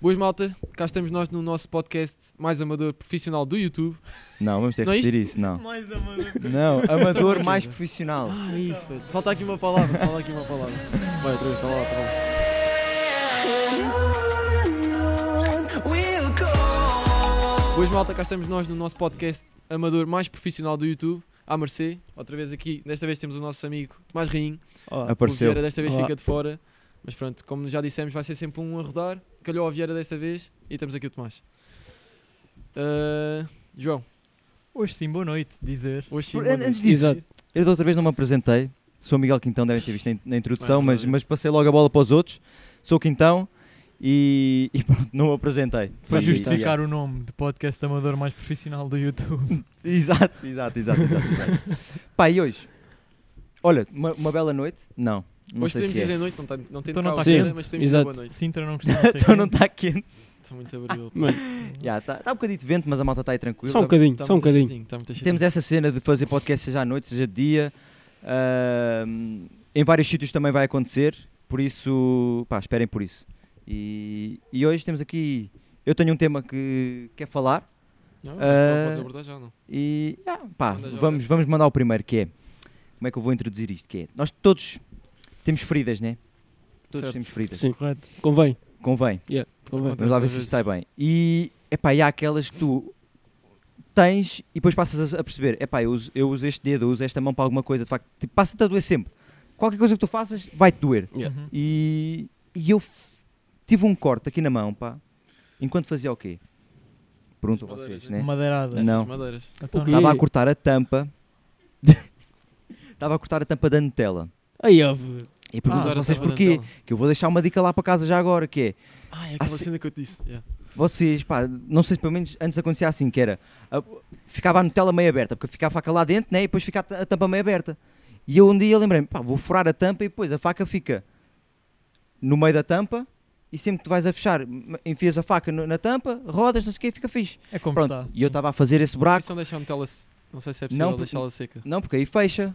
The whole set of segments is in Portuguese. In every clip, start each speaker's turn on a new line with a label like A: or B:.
A: Boas malta, cá estamos nós no nosso podcast mais amador profissional do YouTube.
B: Não, vamos ter que
A: Não é
B: repetir isso, não.
C: Mais amador.
B: Não, amador
A: Só
B: mais
A: uma coisa.
B: profissional.
A: Ah, é isso, velho. Falta aqui uma palavra, fala aqui uma palavra. Vai, outra vez, está lá, está lá. Boas malta, cá estamos nós no nosso podcast amador mais profissional do YouTube, à mercê. Outra vez aqui, desta vez temos o nosso amigo Tomás Rainho.
B: Apareceu.
A: O Vieira desta vez
B: Olá.
A: fica de fora. Mas pronto, como já dissemos, vai ser sempre um a rodar. Calhou a Vieira desta vez e temos aqui o Tomás. Ah, João,
C: Hoje sim, boa noite, dizer.
A: hoje sim.
B: Por-
A: boa
B: an- Antes
A: noite.
B: disso,
C: Exato.
B: eu da outra vez não me apresentei. Sou Miguel Quintão, devem ter visto na in- na introdução,
A: Vai,
B: mas,
A: vai.
B: mas passei logo a bola para os outros. Sou Quintão e, e pronto, não me apresentei.
C: Foi
B: Pronto, e-
C: justificar o nome de podcast amador mais profissional do YouTube.
B: e- Exato, exato, exato, exato. exato. Pá, e hoje? Olha, uma, uma bela noite? Não, não
A: Hoje
B: sei
A: podemos
B: se
A: dizer
B: é.
A: noite, não, tá, não tem
C: Então
A: cá
C: não
A: o
C: tá
A: Vieira,
C: quente,
A: mas podemos dizer
D: exato.
A: boa noite.
C: Sintra não costuma ser.
B: Então não está quente.
A: Estou muito abril.
D: Mano,
B: Já, está um bocadinho de vento, mas a malta está aí tranquila.
A: Tá-
D: só um bocadinho, só um bocadinho.
A: Está muito
B: Temos essa cena de fazer podcast seja à noite, seja de dia. Ahm, em vários sítios também vai acontecer, por isso, pá, esperem por isso. E, e hoje temos aqui, eu tenho um tema que quer falar
A: Não,
B: Ah,
A: podes abordar já, não?
B: e, ah, pá,
A: Manda já
B: vamos, vamos mandar o primeiro, que é, como é que eu vou introduzir isto, que é, nós todos temos feridas, né? Todos
A: Certo.
B: temos feridas,
D: Sim,
C: Correto.
D: convém.
B: convém.
D: Yeah, convém.
A: Convém.
B: Vamos lá ver
A: Às
B: se
A: vezes.
B: isto sai bem. E, epá, e há aquelas que tu tens e depois passas a- a perceber, epá, eu uso, eu uso este dedo, eu uso esta mão para alguma coisa, de facto, tipo, passa-te a doer sempre. Qualquer coisa que tu faças, vai-te doer.
D: Yeah.
C: Uhum.
B: E, e eu f- tive um corte aqui na mão, pá, enquanto fazia o quê? Pergunto a vocês, né?
C: Madeirada.
B: Não.
A: As madeiras.
C: Então,
D: O quê?
B: Estava a cortar a tampa, estava a cortar a tampa da Nutella.
D: Aí, ó. v-
B: E pergunto a
A: Ah, Agora
B: vocês
A: estava na
B: porquê,
A: tela.
B: que eu vou deixar uma dica lá para casa já agora, que é,
A: Ah, é aquela
B: se-
A: cena que eu te disse. yeah.
B: Vocês, pá, não sei se pelo menos antes acontecia assim, que era, a- ficava a Nutella meio aberta, porque ficava a faca lá dentro, né, e depois fica a ta- a tampa meio aberta. E eu um dia lembrei-me, pá, vou furar a tampa e depois a faca fica no meio da tampa e sempre que tu vais a fechar, m- enfias a faca no- na tampa, rodas, não sei o quê, fica fixe.
C: É como
B: Pronto,
C: está.
B: e eu estava a fazer esse
A: A
B: buraco,
A: questão deixar metê-la. se- Não sei se é
B: Ah, Não,
A: possível
B: porque-
A: deixá-la seca.
B: não, porque aí fecha,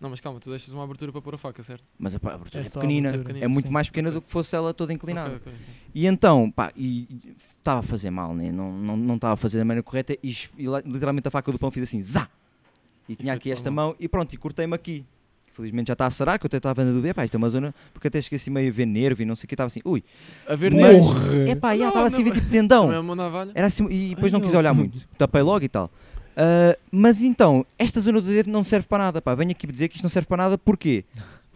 A: Não, mas calma, tu deixas uma abertura para pôr a faca, certo?
B: mas a pá, a abertura é,
C: É só a
B: pequenina,
C: abertura,
B: é muito
C: sim.
B: mais pequena do que fosse ela toda inclinada.
A: Ok, ok, ok.
B: E então, pá, e e estava a fazer mal, né? não estava não, estava a fazer da maneira correta e, es- e lá- literalmente a faca do pão fiz assim, zá! E tinha
A: foi-te
B: aqui
A: para a
B: esta
A: mão.
B: mão e pronto, e cortei-me aqui. Felizmente já está a sarar, que eu até estava na dúvida, pá, isto é uma zona, porque até esqueci meio a ver nervo e não sei o que, estava assim, ui,
A: A ver,
B: Mas-
A: não.
B: é pá, já estava assim, a ver tipo
A: Não é
B: tendão.
A: uma navalha?
B: Era assim, e depois
D: Ai,
B: não
D: não.
B: quis olhar muito, tapei logo e tal. Ah, mas então, esta zona do dedo não serve para nada, pá, venho aqui dizer que isto não serve para nada, porquê?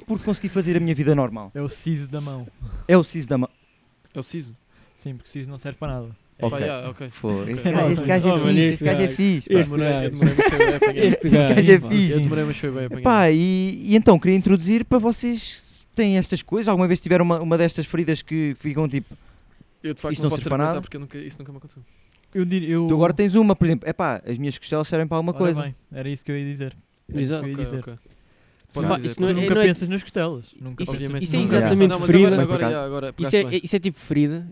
B: Porque consegui fazer a minha vida normal.
C: É o siso da mão.
B: É o siso da mão.
A: É o siso.
C: Sim, porque o siso não serve para nada.
A: Epá,
B: Ok.
A: yeah, ok.
B: Foi.
A: Ok.
B: Este gajo este gajo é
D: Oh, mano,
B: fixe,
D: este
B: este gajo é
D: gajo.
B: fixe. pá.
A: Eu
D: Este
A: demorei, eu
D: gajo.
A: demorei, mas foi bem apanhado.
D: Este gajo. é
B: Gajo é
C: pá.
B: fixe.
A: Eu demorei, mas foi bem apanhado.
B: Pá, e, e então queria introduzir para vocês se têm estas coisas. Alguma vez tiveram uma, uma destas feridas que ficam tipo.
A: eu de facto
B: isto
A: não
B: não
A: posso
B: serve para
A: reportar
B: nada?
A: porque eu nunca, isso nunca me aconteceu.
C: Eu diria. Eu...
B: Tu agora tens uma, por exemplo, é pá, as minhas costelas servem para alguma
C: Ora
B: coisa.
C: bem, era isso que eu ia dizer. Era isso
D: Exato.
C: que eu ia
A: Ok,
C: dizer.
A: ok.
D: Pá,
A: Posso
D: isso
A: dizer,
D: não
C: Tu
D: é-
A: posso-
C: nunca
D: não é-
C: pensas nas costelas. Nunca
D: Isso-
C: pensas
A: obviamente
D: isso é
A: não.
B: nunca. exatamente
A: Não, mas
D: ferida.
A: agora-
B: Por
A: Agora,
B: acaso.
A: já, agora
D: Isso é,
A: pegaste bem.
D: isso é tipo ferida.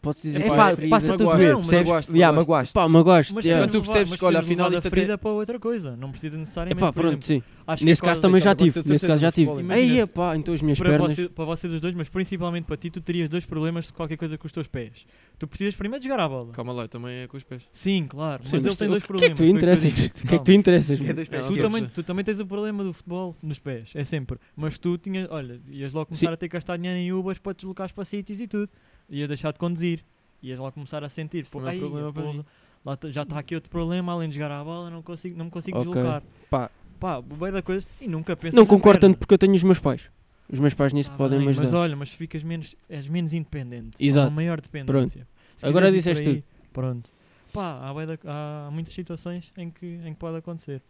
D: Podes dizer.
B: É
A: Epá,
B: pá,
D: é ferida.
B: passa-te a
A: Magoaste,
B: doer,
C: não,
B: percebes?
A: magoaste,
B: Yeah,
A: magoaste.
B: magoaste.
D: Pá, mas gosto.
C: Mas
D: yeah.
A: quando tu
C: levar-
A: percebes
C: mas
A: que, olha,
C: podes
A: afinal
C: levar
A: isto é
C: a
A: até-
C: ferida para outra coisa. Não precisa necessariamente.
D: Epá,
C: por
D: É pronto,
C: exemplo,
D: sim.
C: acho que
D: Nesse
C: é
D: caso
C: quase-
D: também já
A: aconteceu
D: tive.
A: de
D: Nesse caso já tive.
A: certeza no
C: futebol,
D: Aí, pá, então as minhas
C: para,
D: pernas.
C: vocês, para vocês os dois, mas principalmente para ti, tu terias dois problemas de qualquer coisa com os teus pés. Tu precisas primeiro de jogar à bola.
A: Calma lá, eu também é com os pés.
C: Sim, claro.
D: Sim,
C: mas ele
D: mas
C: tem
D: tu-
C: dois
D: O que é que
C: problemas.
D: tu
C: foi o eu
D: interessas?
C: disse.
D: O que é que tu
C: Calma.
D: interessas?
B: É
D: mano?
B: dois pés
A: Tu
C: Tu
A: Sim,
B: esquerdos.
C: também,
A: sim.
C: tu também tens o problema do futebol nos pés, é sempre. Mas tu tinhas, olha, ias logo começar
D: Sim.
C: a ter que gastar dinheiro em Ubers para te deslocares para sítios e tudo. Ias deixar de conduzir. Ias logo começar a sentir.
A: Isso
C: Pô,
A: também é
C: ai,
A: problema para
C: porra,
A: mim.
C: lá tá- já está aqui outro problema, além de jogar à bola, não, consigo, não me consigo
D: Ok.
C: deslocar.
D: Pá.
C: Pá, bem da coisa. E nunca pensas
D: Não
C: na
D: concordo
C: perna.
D: tanto porque eu tenho os meus pais. Os meus pais nisso
C: Tá
D: podem me
C: bem, Mas
D: ajudar.
C: olha, mas ficas menos, és menos independente. Há
D: Exato.
C: uma maior dependência. Se
D: Agora
C: quiseres ir por
D: disseste
C: aí, Pronto. Pá, há, bué da- há muitas situações em que, em que pode acontecer.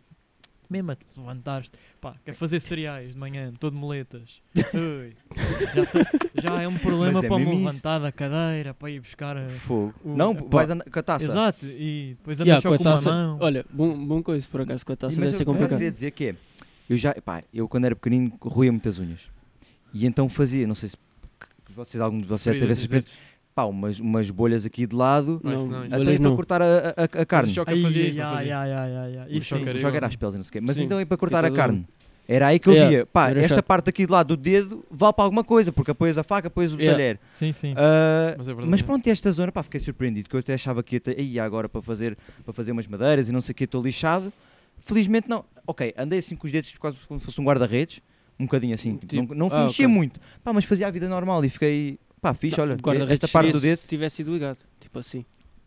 C: Mesmo a te levantares, pá, quer fazer cereais de manhã, todo de moletas. Ui, já, te- já é um problema
B: Mas é
C: para me
B: mesmo isso.
C: levantar da cadeira, para ir buscar a.
B: Fogo.
C: O-
B: Não,
C: Epá.
B: vais andar Tá, com a taça.
C: Exato, e depois andas
D: Yeah,
C: só
D: com a
C: com uma
D: taça-
C: mão.
D: Olha, bom, bom coisa por acaso com a taça
B: E mas
D: deve ser
B: eu- o que Eu
D: complicado.
B: queria dizer que é, eu já, pá, eu quando era pequenino roía muitas unhas. E então fazia, não sei se que vocês, algum de vocês já teve essa experiência, pá, umas, umas bolhas aqui de lado,
A: Não, isso não, isso
D: olhas
B: até para
D: não.
B: cortar a, a- a- a carne.
A: choque
C: Ai,
A: fazia isso,
C: ai,
A: não fazia?
C: ai, ai, ai, ai,
A: O
C: isso sim.
A: choque era
B: Joga era
A: igual.
B: as peles, e não sei o quê. Mas
D: Sim,
B: então é para cortar a
D: fica
B: carne. Era aí que eu
D: Yeah,
B: via, pá,
D: era
B: esta
D: chato.
B: parte aqui de lá do dedo vale para alguma coisa, porque apoias a faca, apoias o
D: Yeah.
B: talher.
C: Sim, sim.
B: Ah,
A: Mas é verdade.
B: mas pronto, e esta zona, pá, fiquei surpreendido, que eu até achava que ia ter, "Ei, agora para fazer, para fazer umas madeiras e não sei o que, estou lixado. Felizmente não. Ok, andei assim com os dedos quase como se fosse um guarda-redes, um bocadinho assim, tipo,
D: Tipo,
B: não, não
D: ah,
B: mexia
D: ok.
B: muito, pá, mas fazia a vida normal e fiquei, pá, fixe,
D: Não,
B: olha,
D: guarda-redes
B: esta parte do
D: seria
B: dedo,
D: Se tivesse sido ligado, tipo assim,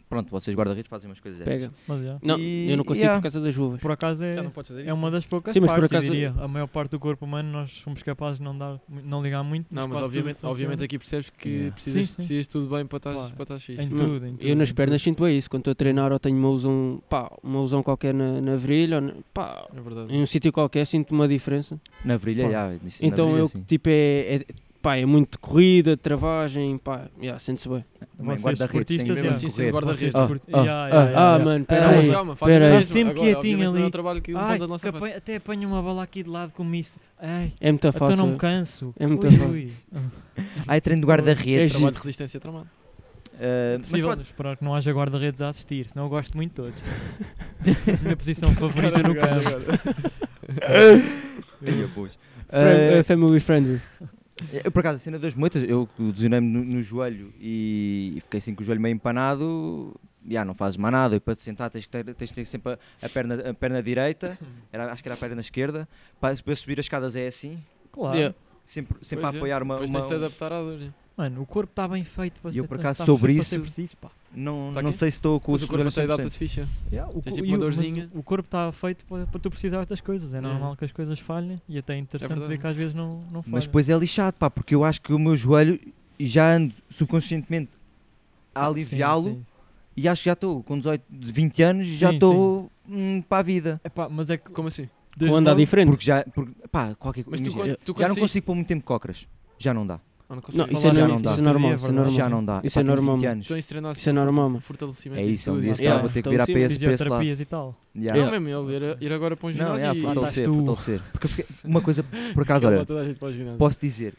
B: pronto, vocês guarda-redes fazem umas coisas destas.
D: pega.
C: Mas já.
D: Não,
B: E-
D: eu não consigo
B: yeah.
D: por causa das luvas.
C: Por acaso é,
A: Já não podes fazer
C: é
A: isso.
C: uma das poucas
D: Sim, mas por
C: partes,
D: acaso-
C: eu diria. A maior parte do corpo humano nós somos capazes de não, dar, não ligar muito.
A: Não, mas
C: quase
A: obviamente,
C: tudo
A: obviamente
C: funciona.
A: aqui percebes que
B: Yeah.
A: precisas,
C: Sim, sim.
A: precisas de tudo bem para estás
C: Claro.
A: para estás fixe.
C: Em
D: Hum.
C: tudo, em tudo.
D: Eu nas
C: em
D: pernas
C: tudo.
D: sinto bem isso. Quando estou a treinar ou tenho uma lesão, pá, uma lesão qualquer na, na virilha, ou na- pá,
A: É verdade.
D: em um sítio qualquer sinto uma diferença.
B: Na virilha,
D: Pá.
B: já, isso,
D: então
B: na virilha,
D: eu,
B: sim.
D: tipo, é, é, pá, é muito corrida, travagem, pá, yeah, sente-se bem.
B: Também
C: Vocês
B: guarda-redes, tenho
C: esportistas,
B: mesmo
A: assim,
B: a
A: sem
B: correr.
A: guarda-redes.
B: Ah,
C: Esporti-
B: ah,
C: Ya, ya,
B: ah,
C: ya,
D: ah,
C: ya.
D: mano,
A: Não, mas
D: peraí.
A: calma, faz o
D: pera aí.
A: mesmo.
C: Sempre
A: Agora,
C: quietinho
A: obviamente, Não é
C: ali.
A: um trabalho que um
C: Ai,
A: ponta nossa
C: que
A: faz.
C: apanho- até apanho uma bala aqui de lado com isto. Ai,
D: É muito
C: então
D: fácil.
C: não me canso.
D: É muito
C: Ui,
D: fácil.
C: ui.
B: Ai, treino de guarda-redes.
A: Trabalho de resistência tramada. É
B: Ah, mas
C: Possível,
B: pronto,
C: esperar que não haja guarda-redes a assistir, senão eu gosto muito de todos. Minha posição favorita no
A: Agora,
C: campo.
A: agora.
B: ia, pois.
D: Friend-
B: Ah,
D: é family friendly.
A: eh,
B: Eu, por acaso, a cena das moitas, eu lesionei-me no, no joelho e, e fiquei assim com o joelho meio empanado. Já, não fazes mais nada. E para te sentar tens que ter, tens que ter sempre a, a perna, a perna direita, era, acho que era a perna esquerda. Para, para subir as escadas é assim,
C: Claro.
D: Yeah.
B: sempre, sempre
A: Pois
B: a
A: é,
B: apoiar uma.
A: Depois
B: uma-
A: tens de te adaptar à dor. né?
C: Mano, o corpo está bem feito para
B: E eu,
C: ser-
B: por acaso,
C: tá
B: sobre
C: feito para ser
B: isso-
C: preciso, pá.
B: não
A: Tá
B: não
A: aqui?
B: sei se estou com
A: Mas o corpo
B: joelho
A: até
B: 100%.
A: adapta-se ficha.
C: Yeah, o,
A: Tens
C: co-
A: tipo
C: e
A: uma
C: o- mas
A: dorzinha.
C: o- o corpo está feito para, para tu precisar destas coisas. É
A: Yeah.
C: normal que as coisas falhem e até é interessante
A: verdade.
C: ver que às vezes não, não falham.
B: Mas depois é lixado, pá, porque eu acho que o meu joelho já ando subconscientemente
A: Ah,
B: a
C: Sim,
B: aliviá-lo.
C: sim.
B: E acho que já estou com 18, 20 anos, já
C: Sim,
B: estou hum, para a vida.
C: Epá, mas é que
A: Como assim?
C: desde
D: Ou andar
C: logo-
D: diferente.
B: Porque já. Porque, pá, qualquer
A: Mas
B: coisa.
A: tu
B: imagina,
A: quando- tu
B: Já
A: quando
B: não
A: saíste-
B: consigo pôr muito tempo cócaras. Já não dá.
A: Ah, não consigo
D: Não, isso
A: falar.
D: é,
B: Já
D: normal,
B: não
D: isso
B: dá.
D: é normal, isso é
C: Já
D: normal.
B: Já não dá.
D: Isso
B: Epá,
D: é
B: tenho
D: normal,
B: 20
D: mano.
B: anos.
A: Estou a treinar
D: Isso é normal, mano.
A: Fortalecimento
B: É
A: e
B: isso, é um
A: saúde.
B: dia se
D: Yeah,
B: calhar vou ter que
D: então
B: virar
D: sim,
B: para esse, para esse lado.
C: Fisioterapias e tal.
B: Yeah.
A: Não, mesmo ele ir, ir agora para um
B: Não,
A: ginásio
B: é,
A: e...
B: fortalecer,
C: tu.
B: fortalecer. Porque eu fiquei- uma coisa, por acaso,
A: Calma,
B: olha,
A: toda a gente para o ginásio.
B: posso dizer,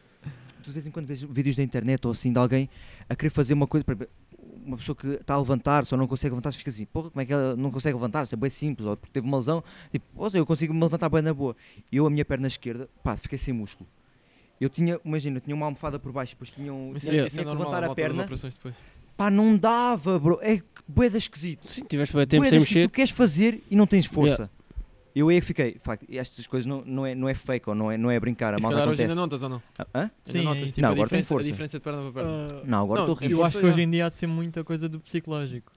B: tu de vez em quando vês vídeos da internet ou assim de alguém a querer fazer uma coisa, por exemplo, uma pessoa que está a levantar-se ou não consegue levantar-se fica assim, porra, como é que ela não consegue levantar-se? É bem simples, ou porque teve uma lesão, tipo, ou seja, eu consigo me levantar bem na boa. Eu, a minha perna esquerda, pá, fiquei sem músculo. Eu tinha, imagina, eu tinha uma almofada por baixo, depois tinha, um,
A: Mas isso é-
B: tinha, tinha
A: isso é
B: que
A: normal,
B: levantar a
A: malta das
B: perna,
A: operações depois.
B: pá, não dava, bro, é que boeda esquisito.
D: Se tiveste bem tempo
B: Bué tipo
D: sem
B: das que
D: mexer,
B: tu queres fazer e não tens força. Eu aí é que fiquei, de facto, estas coisas não, não, é, não é fake ou não é, não é brincar, a
A: E se
B: malta
A: calhar hoje
B: acontece.
A: ainda não estás ou não?
B: Ah, hã?
A: Ainda
C: Sim,
A: não notas,
C: ainda-
A: tipo,
B: Não,
A: a,
B: agora tem
A: diferença, a
B: força.
A: diferença de perna para perna.
C: Ah,
B: Não, agora
A: Não,
B: estou rindo.
C: eu
A: Isso
C: acho
A: é-
C: que hoje em dia há de ser muita coisa do psicológico.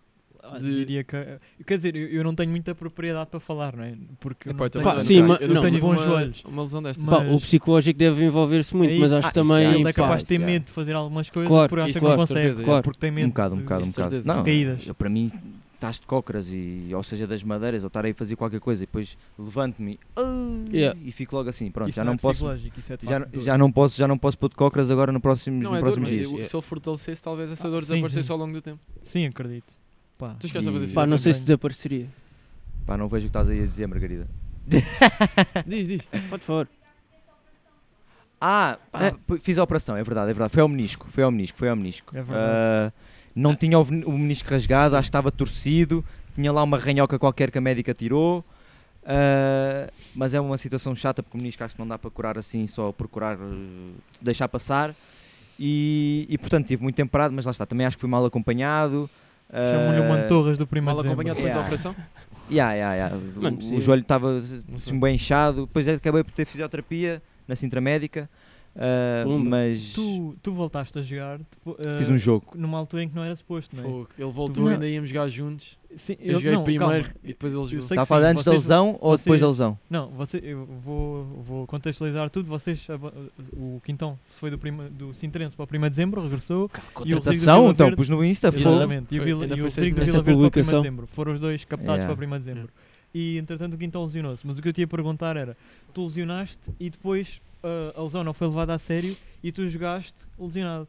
C: Ah,
A: De-
C: Diria que, quer dizer, eu, eu não tenho muita propriedade para falar, não é? Porque eu
A: Epá,
C: não
A: eu também
C: tenho,
D: Pá,
A: não,
C: eu
D: sim,
A: nunca-
D: mas-
A: eu nunca
D: não.
A: tive
C: tenho bons
A: uma-
C: joelhos.
A: Uma lesão desta.
C: Mas-
D: pá, o psicológico deve envolver-se muito,
C: É
D: mas
C: isso.
D: acho
B: Ah,
D: que também.
B: isso
C: Ele
B: pá,
C: é capaz de ter
B: isso é.
C: medo de fazer algumas coisas
D: Claro,
C: por acha
A: isso
C: que não
A: claro,
C: consegue.
A: certeza,
D: claro.
C: Porque tem medo.
B: Um bocado, um
C: de-
B: bocado, um
A: Isso,
B: bocado.
A: certeza.
B: Não,
C: Caídas.
B: eu para mim estás de cócaras e, ou seja, das madeiras, ou estar aí a fazer qualquer coisa e depois levanto-me ah,
D: Yeah.
B: e fico logo assim, pronto,
C: Isso
B: já
C: é
B: não posso.
C: psicológico, isso é de
B: Já,
C: facto dor.
B: já não posso, já não posso pôr de cócaras agora no próximos,
A: Não
B: nos
A: é dor,
B: próximos
A: mas
B: dias.
A: eu- se ele fortalecesse, talvez essa
C: Ah,
A: dor
C: sim,
A: desaparecesse
C: sim.
A: ao longo do tempo.
C: Sim, acredito. Pá.
A: Tu esqueces a coisa
B: E-
D: Pá, não sei se
C: também.
D: desapareceria.
B: Pá, não vejo o que estás aí a dizer, Margarida.
A: Diz, diz.
D: Pode favor.
B: Ah, pá,
D: É.
B: p- fiz a operação, é verdade, é verdade. Foi ao menisco, foi ao menisco, foi ao menisco.
C: É verdade.
B: Ah, não tinha o ven- o menisco rasgado, acho que estava torcido, tinha lá uma ranhoca qualquer que a médica tirou. ah, mas é uma situação chata porque o menisco acho que não dá para curar assim, só por curar, eh, deixar passar. E, e, portanto tive muito tempo parado, mas lá está, também acho que fui mal acompanhado.
C: Chamam-lhe o
B: Ah,
C: Mantorras do primeiro
A: Mal acompanhado depois da
B: Yeah.
A: operação?
B: Yeah, yeah, yeah. O-
D: Mano,
B: o,
D: sim.
B: joelho estava assim,
A: sei.
B: bem inchado. Depois acabei por ter fisioterapia na Sintra Médica. ah,
D: Pumba.
B: mas
C: Tu, tu voltaste a jogar depo- eh,
B: fiz um jogo.
C: numa altura em que não era suposto, não é?
A: Fogo. Ele voltou,
C: Não.
A: ainda íamos jogar juntos.
C: Sim,
A: Eu joguei
C: não,
A: primeiro
C: calma.
A: e depois ele
C: Eu
A: jogou.
C: sei
B: Está a
C: que
B: falar
C: sim,
B: antes da
C: vocês-
B: lesão ou
C: vocês-
B: depois da lesão?
C: Não, você, eu vou, vou contextualizar tudo. Vocês, aba- o Quintão foi do, prima, do Sintrense para o 1 de dezembro, regressou. E o Rodrigo da
B: Contratação?
C: Vila
B: Então,
C: Verde-
B: pus no Insta.
A: Foi.
B: Fogo.
C: Exatamente. E o,
A: Foi.
C: Vila,
A: Ainda
C: e o
A: foi seis
C: Rodrigo da
A: meses.
C: Vila
D: Essa
C: Verde para o 1 de
D: publicação.
C: dezembro. Foram os dois captados
B: Yeah.
C: para o 1 de dezembro. E entretanto o Quintão lesionou-se. Mas o que eu te ia perguntar era: tu lesionaste e depois ah, a lesão não foi levada a sério e tu jogaste lesionado.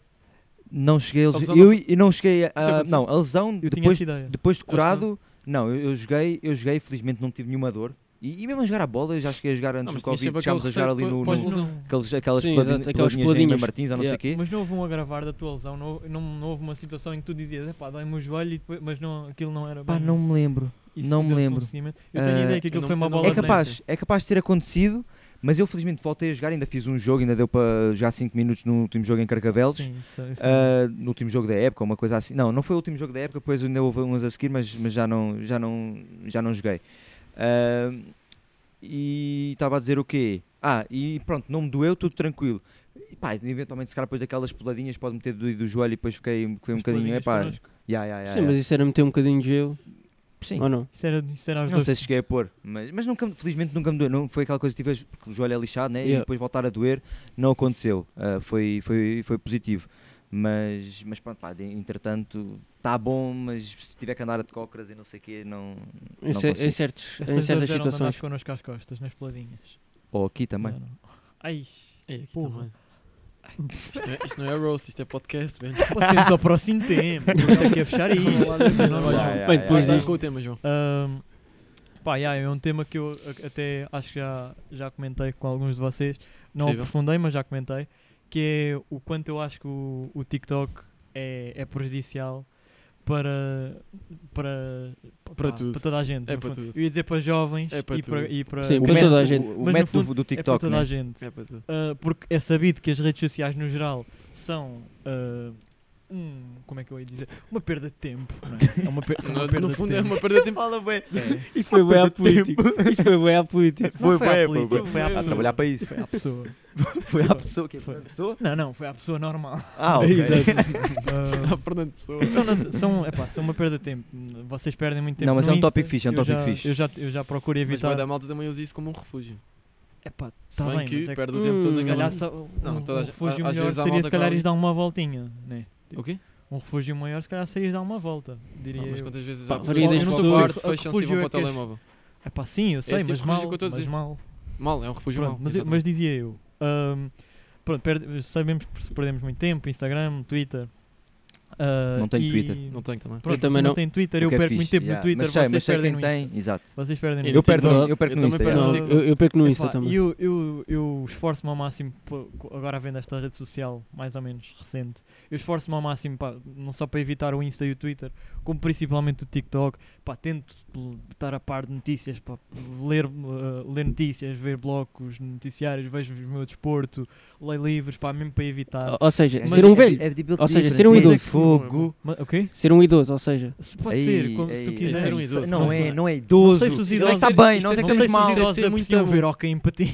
B: Não cheguei a lesão.
A: lesão não
B: Eu, eu não cheguei a.
A: Isso aconteceu.
B: não, a lesão
C: Eu tinha
B: depois,
C: essa ideia.
B: depois de
A: Eu acho que
B: curado. Não, eu, eu joguei, eu joguei, felizmente não tive nenhuma dor. E, e mesmo a jogar a bola, eu já cheguei a jogar antes
A: Não,
B: do
A: mas tinha
B: Covid,
A: sempre
B: chegámos a
A: aquele
B: jogar ali
A: receio
B: no.
A: depois-
B: no-
A: depois
C: Não,
B: Aquelas, aquelas
D: Sim,
B: peladinha-
D: exato,
B: peladinhas
D: aquelas
B: de Neymar
D: peladinhas.
B: Martins, ou não
D: Yeah.
B: sei o quê.
C: Mas não houve um agravar da tua lesão, não, não, não houve uma situação em que tu dizias, epá, dói-me o joelho, e depois- mas não, aquilo não era
B: Pá,
C: bem.
B: não me lembro.
C: isso
B: não me
C: deu-se um
B: lembro.
C: seguimento. Eu tenho a
B: Eh,
C: ideia que
A: eu
C: aquilo
A: não-
C: foi uma
A: eu não-
C: bola
B: É
C: de
A: Lembro.
B: capaz, é capaz de ter acontecido, Mas eu felizmente voltei a jogar, ainda fiz um jogo, ainda deu para jogar 5 minutos no último jogo em Carcavelos.
C: Sim, isso, é- isso
B: Ah, no último jogo da época, uma coisa assim. Não, não foi o último jogo da época, depois ainda houve uns a seguir, mas, mas já, não, já, não, já não joguei. Ah, e estava a dizer o quê? Ah, e pronto, não me doeu, tudo tranquilo. E pá, eventualmente, se calhar, depois daquelas peladinhas, pode-me ter doído o joelho e depois fiquei, fiquei um bocadinho.
C: As peladinhas
B: Epá,
C: connosco.
B: ya, ya, ya,
D: Sim,
B: ya.
D: mas isso era meter um bocadinho de gelo,
B: Sim.
D: ou não?
C: Isso era, isso era aos
B: Não
C: dois.
B: sei se cheguei a pôr, mas, mas nunca, me- felizmente nunca me doeu. Não foi aquela coisa que tive, porque o joelho é lixado, né? E
D: Yeah.
B: depois voltar a doer, não aconteceu. Ah, foi, foi, foi positivo. Mas, mas pronto, pá, de- entretanto, está bom, mas se tiver que andar de cócoras e não sei o quê, não.
D: Em,
B: Não
D: cer- em
B: consigo.
D: certos, em certas
C: Essas duas eram de andar
D: situações.
C: connosco às costas, nas peladinhas.
B: Ou aqui também.
C: Não, não. Ai,
A: Ei, É, aqui
C: Porra.
A: também. Isto, não é, isto não é roast, isto é podcast, velho.
C: passemos ao próximo tempo. Vamos ter que fechar isto. é normal.
A: Olha,
D: Bem,
A: Pois
D: depois disto.
A: com o tema, João.
C: Ahm, pá, yeah, é um tema que eu a- até acho que já, já comentei com alguns de vocês. Não
A: Possível.
C: aprofundei, mas já comentei. Que é o quanto eu acho que o, o TikTok é, é prejudicial para, para,
A: Para
C: pá,
A: tudo.
C: para toda a gente.
A: É
C: no
A: para
C: fundo.
A: tudo.
C: Eu ia dizer para jovens
A: É para
C: e, para,
A: tudo.
C: e para,
D: Sim,
B: O
D: para
B: método-
D: toda a gente.
B: O, o
C: Mas no
B: método
C: fundo,
B: do
C: é para
B: TikTok.
C: toda
B: né?
C: a gente.
A: É para tu.
C: Uh, porque é sabido que as redes sociais no geral são uh, um, como é que eu ia dizer? Uma perda de tempo. não é? É uma, per- são uma
A: No,
C: perda
A: no
C: de
A: fundo é
C: tempo.
A: uma perda de tempo.
C: É.
D: Isto foi bem à política. Isto foi bem à política.
C: Não foi à
B: bué,
C: política,
B: bué, bué.
C: foi
B: Está
C: à
B: a
C: pessoa.
B: trabalhar para isso.
C: Foi à pessoa.
B: Foi à pessoa que
C: Foi.
B: foi. à pessoa?
C: Não, não, foi à pessoa normal.
B: Ah, ok.
C: Uh,
A: Ah, Fernando Pessoa.
C: são, nat- são, epá, são uma perda de tempo. Vocês perdem muito tempo.
B: Não, mas
C: no
B: é um
C: Insta.
B: tópico fixe, é um
C: Eu
B: tópico
C: já-
B: fixe.
C: Eu já, eu já procuro
A: Mas bué
C: evitar.
A: da malta também usa isso como um refúgio.
C: Epá,
A: Se
C: tá
A: bem,
C: bem,
A: que
C: mas é
A: perde o tempo
D: Hum,
A: todo
D: se
C: Se
A: naquela-
C: calhar só,
A: Não,
C: um,
A: toda a
C: um
A: gente-
C: refúgio
A: às
C: melhor
A: vezes há
C: seria
A: malta que
C: se calhar
A: vai-
C: ires dar uma voltinha, né?
A: O quê?
C: Um refúgio maior, se calhar saíres dar uma volta, diria
A: Ah, mas
C: eu.
A: quantas vezes
D: Pá,
A: há
D: varia
A: pessoas
D: das
A: que vão para o
D: pessoas.
A: quarto,
C: O
A: fecham-se e
C: refúgio
A: vão para o
C: é que és-
A: telemóvel.
C: É pá, sim, eu sei,
A: tipo
C: mas
A: de refúgio
C: mal,
A: que eu estou a
C: mas
A: dizer.
C: mal.
A: Mal, é um refúgio
C: Pronto,
A: mau.
C: mas,
A: exatamente.
C: mas dizia eu. hum, pronto, perde- sabemos que se perdemos muito tempo, Instagram, Twitter. ah,
B: Não tenho
C: e-
B: Twitter.
A: Não tenho também.
C: Pronto,
D: Eu também
C: se não
D: não.
C: tem Twitter,
B: O
C: eu
B: que é
C: perco
B: fixe,
C: muito tempo no
B: yeah.
C: Twitter,
B: Mas sei,
C: vocês
B: mas sei
C: perdem
B: quem
C: no Insta.
B: tem. Exato.
C: Vocês perdem no
A: Eu
C: Insta.
B: Eu perco,
D: TikTok.
B: eu perco
A: Eu
B: no
A: também
B: Insta.
A: perco no
B: yeah.
D: Não,
A: TikTok.
D: eu, eu perco no Insta
C: Epá,
D: também.
C: Eu, eu, eu esforço-me ao máximo, pô, co- agora vendo esta rede social mais ou menos recente, eu esforço-me ao máximo, pá, não só para evitar o Insta e o Twitter, como principalmente o TikTok, pá, tento l- estar a par de notícias, pá, ler, uh, ler notícias, ver blocos, noticiários, vejo o meu desporto, leio livros, pá, mesmo para evitar.
D: Ou- Ou seja,
B: Mas
D: ser um
B: é-
D: velho.
B: é de-
D: Ou seja,
B: diferente.
D: ser um
B: Mas é
D: idoso.
B: que- Fogo.
C: Ma- ok?
D: Ser um idoso, ou seja.
C: Se pode
B: Ei,
C: ser, como, se tu
B: ei,
C: quiseres.
A: ser um
B: ei,
A: idoso,
B: Não
A: não
B: é,
A: sei.
B: não é idoso.
C: Não sei se os
B: Ele é que está
C: idosos-
B: bem,
A: isto
B: nós
A: é
B: é que
A: só
B: estamos
A: se os
B: mal.
A: idosos-
C: Idosa,
A: ser muito
C: apreciam
A: bom.
C: ver ok empatia.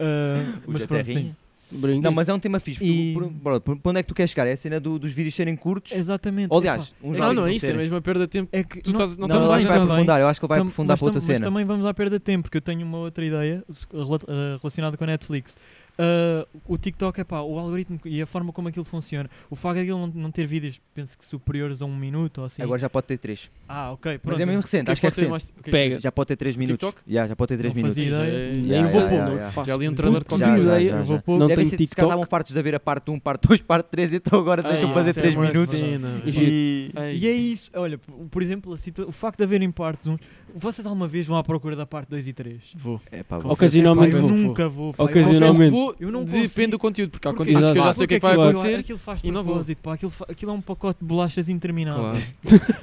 C: Ah,
B: O
C: mas
B: Zé
C: pronto, sim.
B: Terrinha.
D: Brinca.
B: Não, mas é um tema fixe.
C: E-
B: E... Por, por- por- por onde é que tu queres chegar? É a cena do- dos vídeos serem curtos?
C: Exatamente.
B: Ou, aliás, uns
A: Não, não é
B: vídeos
A: isso, é
B: serem-
A: mesmo a perda de tempo.
C: epá, é que
A: Tu
C: não-
A: estás- não
B: Não,
A: estás
B: eu
A: a
B: acho que vai
A: ajudar.
B: aprofundar. Eu acho que ele vai
C: Tam-
B: aprofundar
C: mas
B: para outra
C: tam- Mas
B: cena.
C: também vamos à perda de tempo, porque eu tenho uma outra ideia se- rela- eh, relacionada com a Netflix. Ah, o TikTok, é pá, o algoritmo e a forma como aquilo funciona. O facto de aquilo não, não ter vídeos, penso que superiores a um minuto ou assim.
B: Agora já pode ter 3.
C: ah, ok,
B: Mas
C: pronto.
B: é mesmo recente, acho que é
A: pode ser
B: recente.
A: mais- o que é que-
D: Pega.
B: Já pode ter 3 minutos.
A: TikTok?
B: Já, já pode ter 3
C: Não
B: minutos.
C: fazia
A: Já-
C: ideia.
A: já-
D: Nem
B: Já,
D: vou
B: já,
D: pôr,
B: já,
D: não
B: já.
D: faço
A: Já li um
D: puta
A: trailer de qualquer
B: coisa.
D: ideia,
B: Já, já,
D: vou
B: já.
D: pôr. Não
B: Deve
D: tenho
B: ser- se calhar estavam
D: TikTok.
B: fartos de haver a parte 1, parte 2, parte 3, então agora
A: Ai,
B: deixam
A: isso
B: fazer
A: é
B: 3
A: uma
B: minutos.
A: cena,
B: E-
A: pá.
C: E é isso, olha, p- por exemplo, a situa- o facto de haverem partes 1, vocês alguma vez vão à procura da parte 2 e 3?
A: Vou.
B: É pá,
A: Confesso,
D: Ocasionalmente
A: pá,
C: eu
A: eu
D: vou.
C: nunca vou. pá, eu
D: Ocasionalmente.
C: confesso-
A: confesso que vou,
C: Eu não consigo.
A: depende do conteúdo, porque há
C: Porque
A: conteúdos que eu já
D: aquilo-
A: sei o que é que vai
C: aquilo-
A: acontecer.
C: Aquilo faz
A: e não vou.
C: propósito, pá, aquilo, fa- aquilo é um pacote de bolachas interminável.
A: Claro.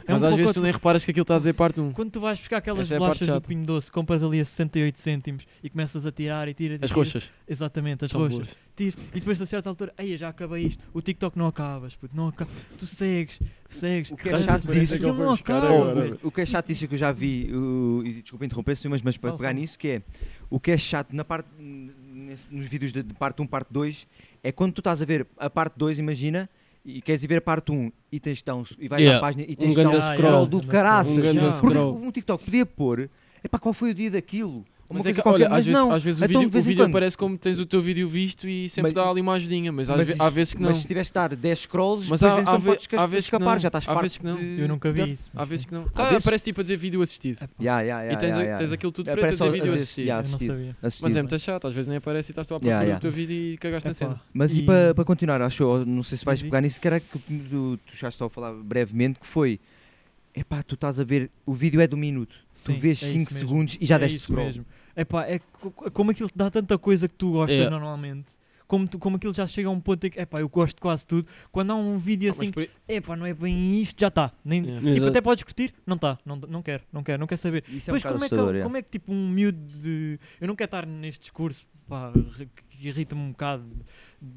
C: É
A: Mas
C: um
A: às vezes
C: pacote
A: tu nem reparas que aquilo está a dizer parte 1.
C: Quando tu vais buscar aquelas
A: Essa é a parte
C: bolachas do
A: chata.
C: Pinho Doce, compras ali a 68 cêntimos e começas a tirar e tiras e
A: As
C: tiras.
A: roxas.
C: Exatamente, as
A: são
C: roxas.
A: boas.
C: Tiras. E depois a certa altura, ai, eu já acabei isto. O TikTok não acabas, puto, não acabas. Tu segues, segues.
B: O que é
C: Caralho,
B: chato
C: parece
B: disso-
C: que eu não acabo,
A: Agora,
C: velho.
B: O que é chato disso que eu já vi, o- e desculpa interromper se mas, mas para
C: Fala,
B: pegar
C: fala.
B: nisso, que é o que é chato na parte, n- nesse- nos vídeos de, de parte 1, parte 2, é quando tu estás a ver a parte 2, imagina, e queres ir ver a parte 1 e tens de dar um, e vais
D: Yeah.
B: à página e
D: Um
B: tens de dar
D: ganda
B: um
D: scroll.
B: scroll do
C: Um ganda
B: caraças.
D: scroll. Um ganda
B: Porque
D: scroll.
B: um TikTok podia pôr, epá, qual foi o dia daquilo? Uma
A: Mas é
B: coisa
A: que,
B: qualquer,
A: olha, às
B: mas
A: vezes,
B: não.
A: às vezes o
B: Então,
A: vídeo,
B: de vez
A: o
B: em
A: vídeo
B: quando.
A: aparece como tens o teu vídeo visto e sempre
B: Mas-
A: dá ali uma ajudinha, mas às,
B: Mas
A: ve-
B: isso-
A: há vezes que não.
B: Mas se tivesse de dar 10 scrolls,
A: Mas
B: depois
A: há-
B: de vez em
A: há
B: quando
A: ve-
B: podes
A: há vezes que
B: escapar,
A: não.
B: já estás
A: Há
B: farto
A: vezes que não.
B: de-
C: Eu nunca vi isso.
A: Há vezes que não.
B: Há
A: Tá,
B: vezes-
A: Aparece tipo a dizer vídeo assistido.
B: Yeah, yeah, yeah,
A: E tens, a-
B: yeah, yeah.
A: tens aquilo tudo
B: É,
A: preto a
B: parece
A: dizer
B: só-
A: vídeo
B: a dizer-
A: assistido.
B: yeah,
C: Eu não
B: assistido.
C: sabia.
A: Mas é
B: Assistido.
A: muito chato, às vezes nem aparece e estás tu à procura
B: Yeah, yeah.
A: do teu vídeo e cagaste na
C: Epá,
A: cena.
B: Mas e,
C: E- Uhum.
B: para, para continuar, acho, eu, não sei se vais
C: Diz, diz.
B: pegar nisso, que era que tu, tu já estou a falar brevemente, que foi, epá, tu estás a ver, o vídeo é de um minuto,
C: Sim,
B: tu vês
C: é isso
B: 5
C: mesmo.
B: segundos e já
C: é
B: deste
C: isso
B: scroll.
C: mesmo. Epá, é co- co- como aquilo te dá tanta coisa que tu gostas
D: Yeah.
C: normalmente. como, tu- como aquilo já chega a um ponto em que, epá, eu gosto de quase tudo, quando há um vídeo
A: Ah, mas
C: assim,
A: por aí-
C: epá, não é bem isto, já está. Nem...
A: Yeah.
C: Tipo,
D: Exato.
C: até podes curtir, não está, não, não quero, não quero, não quero saber.
B: Isso é um
C: Pois
B: bocado
C: como, é que,
B: assustador, é.
C: como é que tipo um miúdo de. Eu não quero estar neste discurso pá, re- que irrita-me um bocado.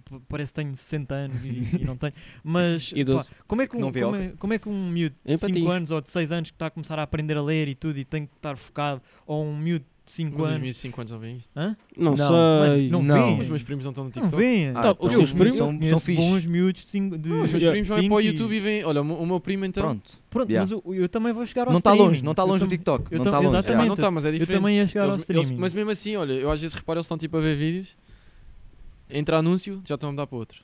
C: p- Parece que tenho 60 anos e, e não tenho. Mas pá,
D: Idoso.
C: como, é que um,
B: Não vê
C: como,
B: óculos.
C: é, como é que um miúdo de
D: Em
C: 5
D: patins.
C: anos ou de 6 anos que está a começar a aprender a ler e tudo e tem que estar focado, ou um miúdo de 5
A: Mas os
C: anos.
A: meus 5 anos não veem isto.
D: Não,
C: Não,
D: sei.
C: mano,
B: Não.
C: não
A: Os meus
C: vêem.
A: primos não estão no
C: Não
A: TikTok.
C: vêem.
B: Ah,
D: Tá,
B: então,
D: os seus
B: são-
D: primos-
B: são, são
C: Conheço
B: fixe.
C: bons miúdos de 5 de
A: Os meus
D: Yeah.
A: primos vão para
C: cinco
A: o
C: e-
A: YouTube e vêm. Olha, o meu- o meu primo então.
B: Pronto.
C: Pronto,
B: Yeah.
C: mas eu, eu também vou chegar ao
B: Não está
C: streaming.
B: longe, não está
C: Eu
B: longe do
C: tam-
B: TikTok.
C: eu
B: Não
C: tam-
B: está longe.
A: Ah,
C: exatamente.
A: não está, mas é
C: Eu
A: diferente.
C: também ia chegar ao
A: Eles- eles-
C: streaming.
A: mas mesmo assim, olha, eu às vezes reparo, eles estão tipo a ver vídeos, entra anúncio, já estão a mudar para outro.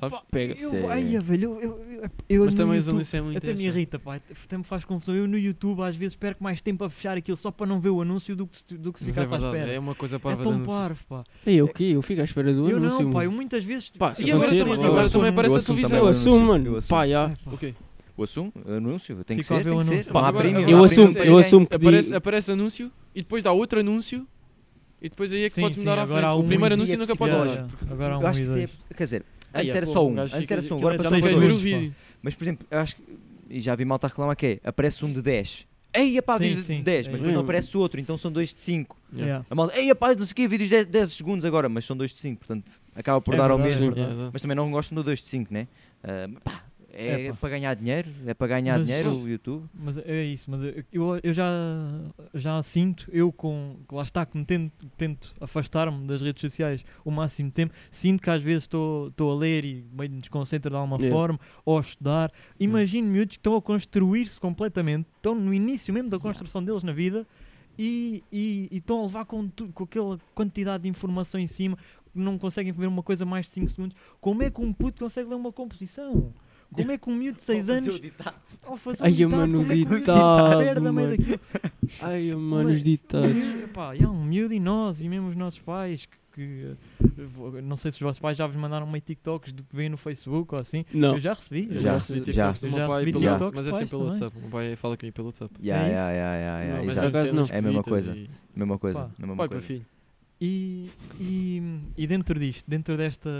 A: Sabes?
B: Pega.
C: Ah, Eu,
B: Sim.
C: ai, velho, eu, eu, eu, eu
A: Mas
C: no
A: também os
C: YouTube-
A: anúncios é muito
C: Até me
A: interessante.
C: irrita, pá. Até me faz confusão. Eu no YouTube às vezes perco mais tempo a fechar aquilo só para não ver o anúncio do que se, do que se
A: Mas é
C: ficasse à espera.
A: verdade, é uma coisa
C: É,
A: parva de
C: tão
A: anúncio.
C: parvo, pá.
D: Ei, eu que? Eu fico à espera do anúncio.
C: eu
B: um.
C: não, um pá.
D: mano.
C: Eu muitas vezes.
D: Pá, se
A: E agora
D: acontecer,
A: também-
D: eu
A: agora
D: assumo.
A: também aparece a
B: assumo
A: televisão.
B: também.
D: Eu assumo,
B: Eu
D: mano. ah.
B: assumo.
D: Pá, já.
C: Ai, pá.
A: O quê?
B: O assumo, anúncio, tem que
C: Fica a
B: ser,
C: ver
B: tem
C: o
B: que ser.
C: anúncio.
B: Não
D: Pá,
B: há
A: agora-
B: prémio,
A: agora-
B: não
D: Eu
B: há
A: Aparece-
D: assumo,
B: prémio.
D: eu assumo que
A: Aparece,
D: digo.
A: aparece anúncio e depois dá outro anúncio e depois aí é que
C: Sim,
A: podes
C: sim,
A: mudar à
C: agora
A: frente.
C: há
A: O
C: um
A: primeiro
B: e
A: anúncio
B: é
A: nunca
B: podes
A: podes
C: Já,
B: dar.
A: mudar.
C: já. Agora há
B: Eu
C: um
B: acho que
C: e
B: isso é.
C: dois.
B: Quer dizer,
A: Aí,
B: antes
A: é,
B: era
A: pô,
B: só um,
A: gajo
B: antes
A: fica-
B: era só um,
C: aquilo
B: agora
C: é já
B: passou
C: não
B: para
A: Tem
C: tem
A: que ver o
B: dois.
C: pá.
A: vídeo.
B: Mas, por exemplo, eu acho que. E já vi malta a reclamar que é. Aparece um de 10. Ei, pá,
C: Sim,
B: vídeo de
C: sim,
B: 10,
C: é
B: mas
C: isso.
A: Hum.
B: depois não aparece o outro, então são dois de 5.
A: Yeah.
C: Yeah.
B: A malta, ei, pá, não sei o quê, vídeos de 10, segundos agora, mas são dois de 5, portanto, acaba por
C: É
B: dar ao
C: verdade,
B: mesmo.
C: é verdade.
A: Yeah,
B: Mas também não gostam do 2 de 5, né? Ah, pá, é,
C: É, pá.
B: para ganhar dinheiro, é para ganhar
C: Mas-
B: dinheiro o YouTube.
C: Mas é isso, mas eu- eu, eu já, já sinto, eu com. que Lá está, que me tento, tento afastar-me das redes sociais o máximo tempo, sinto que às vezes estou estou a ler e meio me desconcentro de alguma
D: Yeah.
C: forma, ou a estudar. Imagino miúdos que estão a construir-se completamente, estão no início mesmo da construção deles na vida e, e, e estão a levar com, tu- com aquela quantidade de informação em cima, que não conseguem ver uma coisa mais de 5 segundos. Como é que um puto consegue ler uma composição? Como é que um miúdo de
B: Oh,
C: 6 anos ao fazer um
D: Ai,
C: ditado,
D: mano,
C: como é que
D: ditado,
C: ditado, merda,
D: mano.
C: meio daquilo.
D: Ai, mano, os ditados.
C: Miúdo, Epá, e há um miúdo e nós, e mesmo os nossos pais, que, que, eh, vou- não sei se os vossos pais já vos mandaram meio TikToks do que vêm no Facebook ou assim.
D: Não.
C: Eu já recebi.
A: Eu
B: Já,
A: já recebi
B: já.
A: TikToks do
C: Eu
A: meu
C: já
A: pai,
C: recebi
A: pelo
B: TikToks
A: WhatsApp, mas é
C: dos
A: sempre pelo
C: pais
A: WhatsApp. O meu pai fala comigo pelo WhatsApp.
B: Yeah,
C: É
B: yeah, yeah, yeah,
A: Não,
B: yeah,
A: mas
B: exato.
D: por acaso
A: deve ser
D: não.
A: uns
B: É a mesma
A: visitas
B: coisa.
A: e-
B: Mesma coisa.
C: Pá.
B: Mesma
A: Pai para
B: coisa.
A: filho.
C: E, e, e dentro disto, dentro desta,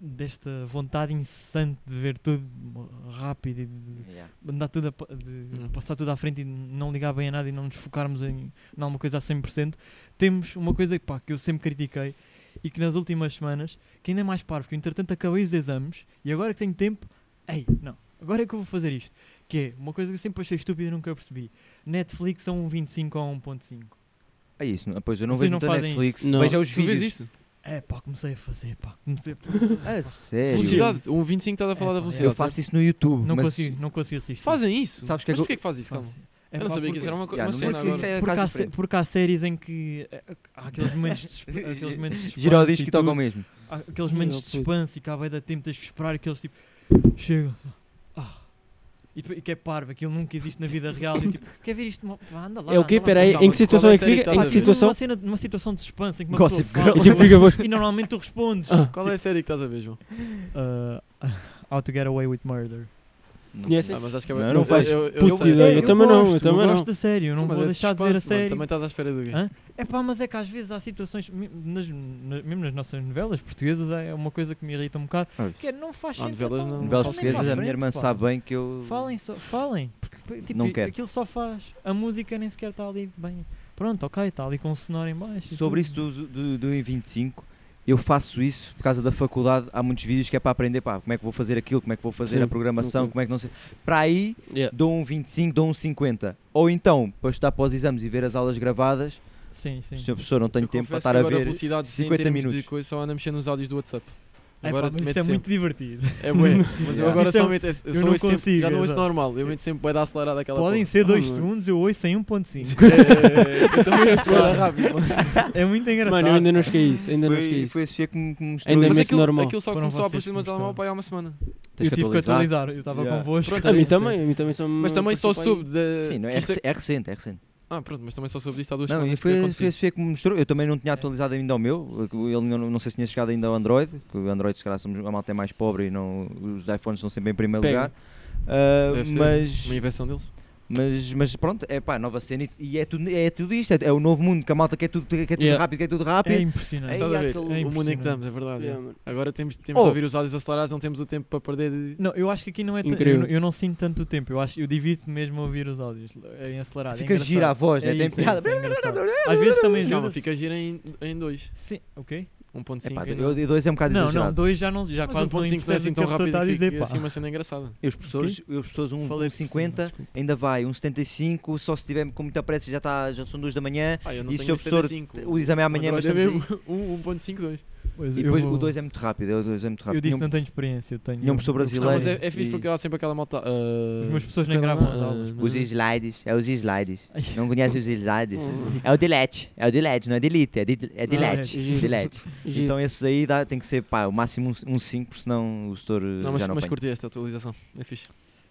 C: desta vontade incessante de ver tudo rápido e de
B: Yeah.
C: andar tudo a, pa- de
A: Hum.
C: passar tudo à frente e não ligar bem a nada e não nos focarmos em em alguma coisa a 100%, temos uma coisa que, pá, que eu sempre critiquei e que nas últimas semanas, que ainda é mais parvo, que eu, entretanto acabei os exames e agora que tenho tempo, ei, não, agora é que eu vou fazer isto, que é uma coisa que eu sempre achei estúpida e nunca percebi. Netflix a 1.25 ou a 1.5.
B: É isso, não- pois eu não
C: Vocês
B: vejo
C: não
B: muito a
C: fazem
B: Netflix,
D: isso? Não.
B: vejo é os
A: Tu vês
B: vídeos.
A: isso?
C: É, pá, comecei a fazer, pá, comecei a...
B: A sério.
A: Velocidade. Um 25 está a falar
C: É,
A: da
C: pá,
A: velocidade.
B: Eu faço isso no YouTube,
C: Não
B: mas
C: consigo, não consigo resistir.
A: Fazem isso?
B: Sabes que é
A: Mas
B: que eu-
A: porquê que fazes isso? Calma.
C: Fazem. É,
A: Eu não
C: pá,
A: sabia que isso
C: porque-
A: era uma, co-
B: Yeah,
A: uma
B: no
A: cena
B: Netflix
A: agora.
B: é
C: porque
B: quase
C: há, se-
B: diferente.
C: porque há séries em que eh, há aqueles momentos de, suspe- aqueles momentos de
B: Gira o
C: suspense
B: disco
C: e
B: e toca
C: tudo.
B: o mesmo.
C: Há aqueles
D: Ih,
C: momentos
D: oh
C: de
D: puto.
C: suspense e que há bué da tempo tens que esperar aqueles tipo chega ah. e, depois- e que é parvo, aquilo nunca existe na vida real e tipo, quer ver isto? Mo- Vá, anda lá,
D: É o quê?
C: anda lá.
D: Pera aí,
A: Mas calma,
D: em que situação
A: qual é a
D: é que
A: série que
D: fica?
A: estás
D: Em
A: a
D: que
A: ver?
C: Estou
D: situação?
C: numa, cena, numa situação de suspense em que uma
B: Gossip
C: pessoa fala
B: Girl.
D: E tipo, fica
C: e normalmente tu respondes
D: Ah.
A: Qual é a série que estás a ver, João?
C: "Ah, How to get away with murder
D: Conheces?
A: Ah, mas acho que é
B: Não, não faz
A: eu, eu, eu,
D: puta
A: sei,
D: ideia.
A: sei.
D: Eu também não,
C: gosto,
D: eu também não.
C: gosto da série, eu não
A: Mas
C: vou
A: é
C: deixar de ver a
A: suspense, mano.
C: série
A: Também estás à espera do quê?
C: Hã? É pá, mas é que às vezes há situações, mi- nas- na- mesmo nas nossas novelas portuguesas, é uma coisa que me irrita um bocado.
B: Ah,
C: Que é, não faz
A: Ah,
C: sentido.
A: novelas
C: então,
A: não.
B: Novelas
C: falem
B: portuguesas,
C: para
B: a minha
C: frente,
B: irmã
C: pá.
B: sabe bem que eu.
C: Falem, só, falem. Porque, p- tipo,
B: Não
C: i-
B: quero.
C: aquilo só faz. A música nem sequer está ali bem. Pronto, ok, está ali com o sonoro em baixo. e
B: Sobre
C: tudo.
B: isso do, do, do I25, eu faço isso por causa da faculdade. Há muitos vídeos que é para aprender pá, como é que vou fazer aquilo, como é que vou fazer
D: Sim,
B: a programação,
D: ok.
B: como é que não sei. Para aí
D: Yeah.
B: dou um 25, dou um 50. Ou então, para estudar para os exames e ver as aulas gravadas,
C: Sim, sim.
B: se o professor não tem
A: Eu
B: tempo
A: confesso
B: para estar
A: que
B: a
A: agora
B: ver.
A: velocidade
B: 50
A: em termos
B: minutos.
A: de coisa só anda mexendo nos áudios do WhatsApp.
C: É, pá,
A: Agora
C: mas
A: mete
C: isso é
A: sempre.
C: muito divertido.
A: É bué, mas eu
B: Yeah.
A: agora
C: Então,
A: só meto esse- eu
C: eu
A: só
C: não
A: ouço sempre,
C: consigo,
A: já não ouço
C: exato.
A: normal, eu meto sempre bué da acelerada aquela
C: Podem
A: porra.
C: ser 2
B: é?
D: mano.
C: segundos, eu ouço em 1.5.
A: É, eu também ouço bué da rápido.
C: é muito engraçado.
D: Mano, eu ainda não cheguei a isso. Ainda não cheguei a
B: Foi,
D: isso.
B: foi a Sofia que me, que me mostrou
D: Ainda
B: isso.
A: Mas
D: meto
A: aquilo,
D: normal.
A: aquilo só
C: Foram
A: começou a
C: vocês
A: aparecer no
C: que
A: meu telemóvel
C: mostraram.
A: para aí há uma semana.
B: Tens
C: eu tive que atualizar, eu estava
B: Yeah.
C: convosco.
A: Pronto,
D: A mim
B: é
A: Sim, sim.
D: também, a mim também são.
A: Mas também só soube de...
B: Sim, não,
A: que
B: é,
A: isto é-
B: rec- é recente, é recente.
A: Ah, pronto, mas também só soube disto há duas
B: Não, e
A: semanas.
B: foi,
A: que
B: foi a
A: aconteceu.
B: Sofia que me mostrou. Eu também não tinha
C: É.
B: atualizado ainda o meu. Ele não, não sei se tinha chegado ainda ao Android. Que o Android, se calhar, somos, a malta é mais pobre e não, os iPhones estão sempre em primeiro
D: Pega.
B: lugar. Ah,
A: Deve ser
B: mas
A: Uma invenção deles.
B: Mas, mas pronto, é pá, nova cena e, e é, tudo, é tudo isto. É, é o novo mundo, que a malta quer tudo, quer tudo
D: Yeah.
B: rápido, quer tudo
C: É
B: rápido.
C: impressionante.
B: Ei,
A: Estás a ver? O
B: aquele-
C: É
A: mundo em que
C: impressionante.
A: estamos, é verdade.
D: Yeah,
A: é.
D: mano.
A: Agora temos, temos
B: Oh.
A: de ouvir os áudios acelerados, não temos o tempo para perder de.
C: Não, eu acho que aqui não é. tan- Eu,
D: Incrível.
C: não- eu não sinto tanto o tempo. Eu, acho, eu divirto mesmo a ouvir os áudios é em acelerado. é
B: Fica gira a
C: engraçado.
B: voz,
C: É
B: né? tem
C: isso, é
B: piada.
C: isso, é engraçado. Às vezes também
A: Calma,
C: ajuda.
A: fica a girar em, em dois.
C: Sim, ok.
B: Epá,
A: 1.5 ainda.
B: eu, eu dois é um bocado
C: Não, não,
B: exagerado.
C: dois já, não, já
A: Mas
C: quase
A: 1.5
C: não
A: não é
C: interessa
A: assim
C: o que
A: tão
C: a pessoa
A: rápido
C: está a
A: e
C: dizer.
A: fica
C: pá.
A: assim uma cena engraçada.
B: E os professores, eu, os professores um,
C: Falei
B: um
C: por cima,
B: 50,
C: desculpa.
B: ainda vai, um 75, só se tiver com muita pressa, já, tá, já são duas da manhã.
A: Ah, eu não
B: E
A: tenho
B: se o professor-
A: 75.
B: O exame é
A: Mas
B: amanhã, mas
A: olha
B: estamos aí.
A: mesmo, um- 1.52.
C: Pois,
B: E
C: eu
B: depois
C: vou-
B: o 2 é muito rápido, o 2 é muito rápido.
C: Eu disse
B: Tinha
C: não tenho experiência. Eu tenho.
B: Tinha um professor
A: Não, mas é,
B: brasileiro.
A: é fixe
B: E-
A: porque há sempre aquela malta. ah,
C: As minhas pessoas nem gravam as
A: ah,
C: aulas.
B: Os slides, é os slides.
C: Ai.
B: Não conhece os slides?
D: Hum.
B: É o delete, é o delete, não é delete, é, de, é delete.
D: giro.
B: delete.
D: Giro.
B: Então esses aí dá, tem que ser pá, o máximo um 5, senão o setor eh,
A: Não, mas,
B: já não
A: mas
B: apanha.
A: curti esta atualização. É fixe.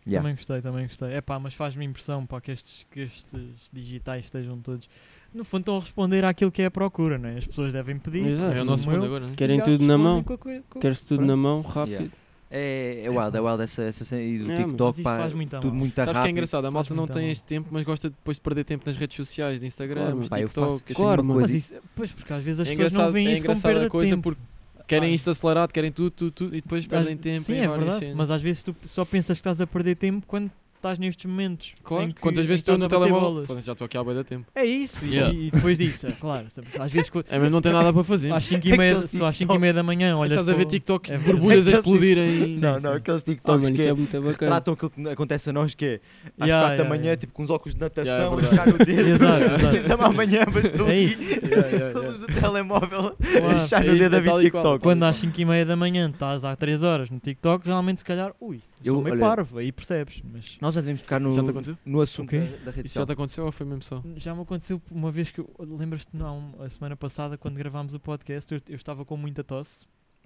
B: Yeah.
C: Também gostei, também gostei. É pá, mas faz-me impressão pá, que, estes, que estes digitais estejam todos. No fundo, estão a responder àquilo que é a procura, né? As pessoas devem pedir.
D: Exato.
A: é
D: Ah,
A: o
D: sim,
A: nosso
C: como eu.
A: mundo agora, né?
D: Querem
C: Já
D: tudo na
C: respondem
D: mão.
C: com a coi- com-
D: Queres tudo na mão, rápido.
B: É, é wild, é wild essa, essa cena aí do
D: É,
C: Mas
B: TikTok,
C: isto
B: pá,
C: faz muito a
B: tudo
C: mal.
B: muito
A: Sabes
B: rápido.
A: que é engraçado? A malta
C: Faz
A: não
C: muito
A: tem
C: mal.
A: este tempo, mas gosta depois de perder tempo nas redes sociais, de Instagram,
D: Claro,
A: nos
B: Pá, eu faço
A: TikTok.
B: que eu
D: Claro,
B: tenho uma
D: mano.
C: Mas
B: coisa.
C: isso, pois, porque às vezes as
A: É
C: pessoas não
A: engraçado,
C: veem
A: é
C: isso como
A: engraçada
C: perda
A: a
C: de
A: coisa
C: tempo.
A: porque querem
C: Ai.
A: isto acelerado, querem tudo, tudo, tudo e depois perdem
C: Às-
A: tempo.
C: Sim,
A: em
C: é
A: várias
C: verdade,
A: cenas.
C: mas às vezes tu só pensas que estás a perder tempo quando estás nestes momentos. em
A: Claro,
C: que-
A: quantas
C: em
A: vezes
C: que
A: estou
C: estás
A: no
C: a bater
A: telemóvel?
C: bolas.
A: Foda-se, Já estou aqui há bué da tempo.
C: É isso, e-
A: Yeah.
C: e, depois disso, é claro. Às vezes co-
A: É, mas não tem nada para fazer.
C: às 5 e meia,
B: Aqueles
C: só às 5 e meia da manhã, olha.
A: É Estás a ver TikToks
C: é
A: de
C: verdade.
A: borbulhas a
B: Aqueles
A: explodirem.
B: assim. Não,
C: Sim,
B: não,
C: sim.
B: aqueles
D: Ah,
B: TikToks
D: mano,
B: que
D: isso é muito
B: que
D: bacana.
B: retratam aquilo que acontece a nós, que é às
C: Yeah,
B: 4 da
C: yeah,
B: manhã,
C: yeah.
B: tipo com os óculos de natação,
A: Yeah,
B: a
A: é
B: riscar o dedo.
C: Exato, exato.
B: Exame amanhã, mas estou
C: É
B: aqui
C: isso.
A: Yeah, yeah,
B: com a
A: yeah.
B: luz do telemóvel a
C: Claro.
B: riscar
A: É
B: o dedo
A: isto,
B: a
A: é
B: ver
A: tal e qual.
B: TikTok.
C: Quando às 5 e meia da manhã estás há 3 horas no TikTok, realmente se calhar, ui,
B: Eu-
C: sou meio
B: olha-
C: parvo, aí percebes. Mas
B: Nós já devemos tocar no,
A: Já te aconteceu?
B: no assunto
C: Ok.
B: da, da rede
A: Isso já
B: social.
A: te aconteceu ou foi mesmo só?
C: já me aconteceu uma vez que, eu- lembras-te, não, um, a semana passada, quando gravámos o podcast, eu, eu estava com muita tosse.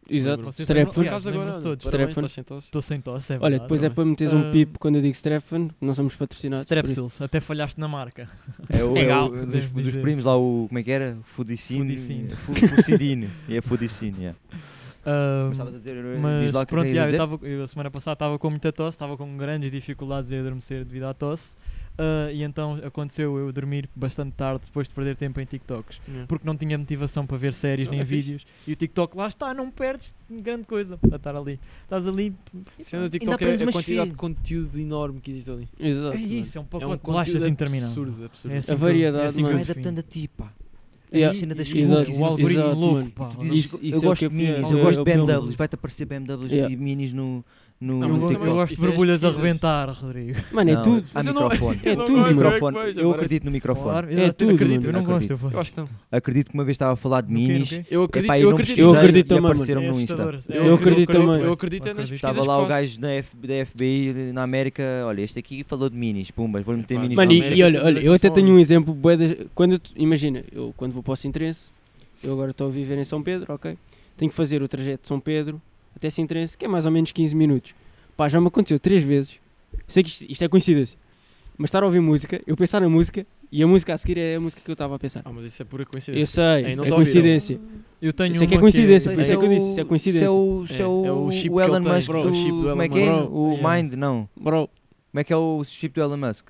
D: Exato.
C: Vocês
A: Por
D: Strepon.
C: lembram-
A: acaso
C: lembram-se
A: agora,
C: todos.
A: parabéns,
D: Strepon.
A: estás sem tosse.
C: Estou sem tosse, é
D: Olha,
C: verdade.
D: depois é
A: também.
D: para meteres um
C: Ah,
D: pipo quando eu digo Strepon, não somos patrocinados. por isso.
C: Strepsils, até falhaste na marca.
B: É o, é
C: Legal,
B: o- dos,
C: podemos
B: dos
C: dizer.
B: primos lá, o, como é que era? Fudicine.
C: Fudicine.
B: Fu- Fucidine. É Fudicine, yeah.
C: Ahm,
B: Mas estavas a dizer,
C: Mas
B: diz lá o que
C: pronto,
B: querias
C: já, eu,
B: dizer.
C: tava, eu a semana passada estava com muita tosse, estava com grandes dificuldades em adormecer devido à tosse. ah, e então aconteceu eu dormir bastante tarde depois de perder tempo em TikToks. Porque não tinha motivação para ver séries
A: Não,
C: nem
A: é fixe.
C: vídeos. E o TikTok lá está, não perdes grande coisa a estar ali. Estás ali.
A: Sendo o
D: Ainda
A: TikTok é
D: aprendes
A: a
D: umas
A: quantidade
D: fi-
A: de conteúdo enorme que existe ali.
D: Exato.
C: É
D: mano.
C: isso, é um
A: É
C: pacote
A: um
C: de bolachas
A: conteúdo
C: interminável.
A: absurdo, absurdo.
C: É
D: A
C: assim que eu-
D: variedade,
C: é assim que eu
D: mano.
B: Vai
C: defino.
B: adaptando a ti, pá.
C: É
D: Yeah.
B: cena das
D: Exato,
B: cookies e
C: o
B: não sei
C: algoritmo
D: exato,
C: louco,
D: mano.
C: pá.
B: Tu
C: olha.
B: dizes,
D: Isso-
B: eu
D: isso é o
B: gosto
D: que eu
B: de minis,
D: quero.
B: eu
D: É,
B: gosto
D: é
B: de
D: o que eu
B: BMWs,
D: quero.
B: vai-te aparecer BMWs
D: Yeah.
B: e minis no, no,
A: Não,
C: Eu
A: mas
B: no
A: isso também-
C: gosto- eu
B: TikTok.
C: gosto de
A: isso é as
C: borbulhas a
A: pesquisas.
C: rebentar, Rodrigo.
D: Mano, é
B: Não,
D: tudo.
B: Há
A: Mas eu não-
B: microfone.
D: eu não
B: Há
D: gosto,
B: microfone.
A: é que vejo,
B: Eu
A: parece.
B: acredito no microfone.
C: Claro, exato, eu
D: É tudo,
C: acredito,
D: mano.
C: eu não
B: Acredito.
C: gosto. Eu
A: Eu acho que não.
B: Acredito que uma vez estava a falar de minis.
A: Eu acredito,
B: Epá, e
A: eu
B: não
A: acredito.
B: pesquisei
D: Eu acredito
B: e
D: também, mano.
B: apareceram no Insta.
D: É Eu acredito também.
A: Eu acredito é nas
C: Acredito.
A: é pesquisas
B: Estava
A: que
B: lá o
A: faço.
B: gajo da, F- da FBI na América. Olha, este aqui falou de minis. Pumbas, vou meter
A: Epá,
B: minis
D: Mano,
B: na
A: Isto
B: América.
D: e, e
A: Isso
D: olha,
A: é
D: olha, eu até
A: microfone.
D: tenho um exemplo. bué das- Quando eu t- imagina, eu quando vou para o Sintrense, eu agora estou a viver em São Pedro, ok? Tenho que fazer o trajeto de São Pedro até Sintrense, que é mais ou menos 15 minutos. Pá, já me aconteceu três vezes. Sei que isto, isto é coincidência, mas estar a ouvir música, eu pensar na música e a música a seguir é a música que eu estava a pensar.
A: Ah, mas isso é pura
D: Eu
A: coincidência.
D: sei,
A: Aí
D: isso
A: não
D: é
A: te ouviram.
D: coincidência.
C: Eu tenho
D: Isso é que é
C: uma
D: coincidência, por
A: isso é
D: que eu disse, isso é coincidência.
B: o,
A: É, é o chip
B: o
A: que ele
B: Elon
A: tem,
B: Musk.
A: bro,
B: do-
A: o chip do
B: como é
A: Elon
B: que é?
A: Musk.
B: O
C: Yeah.
B: Mind, não.
D: Bro,
A: Tá
B: Como é que é o chip do Elon Musk?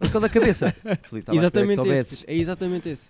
B: Aquele da cabeça. Filipe, estava à espera que
D: exatamente
B: soubesses.
D: esse. É exatamente esse.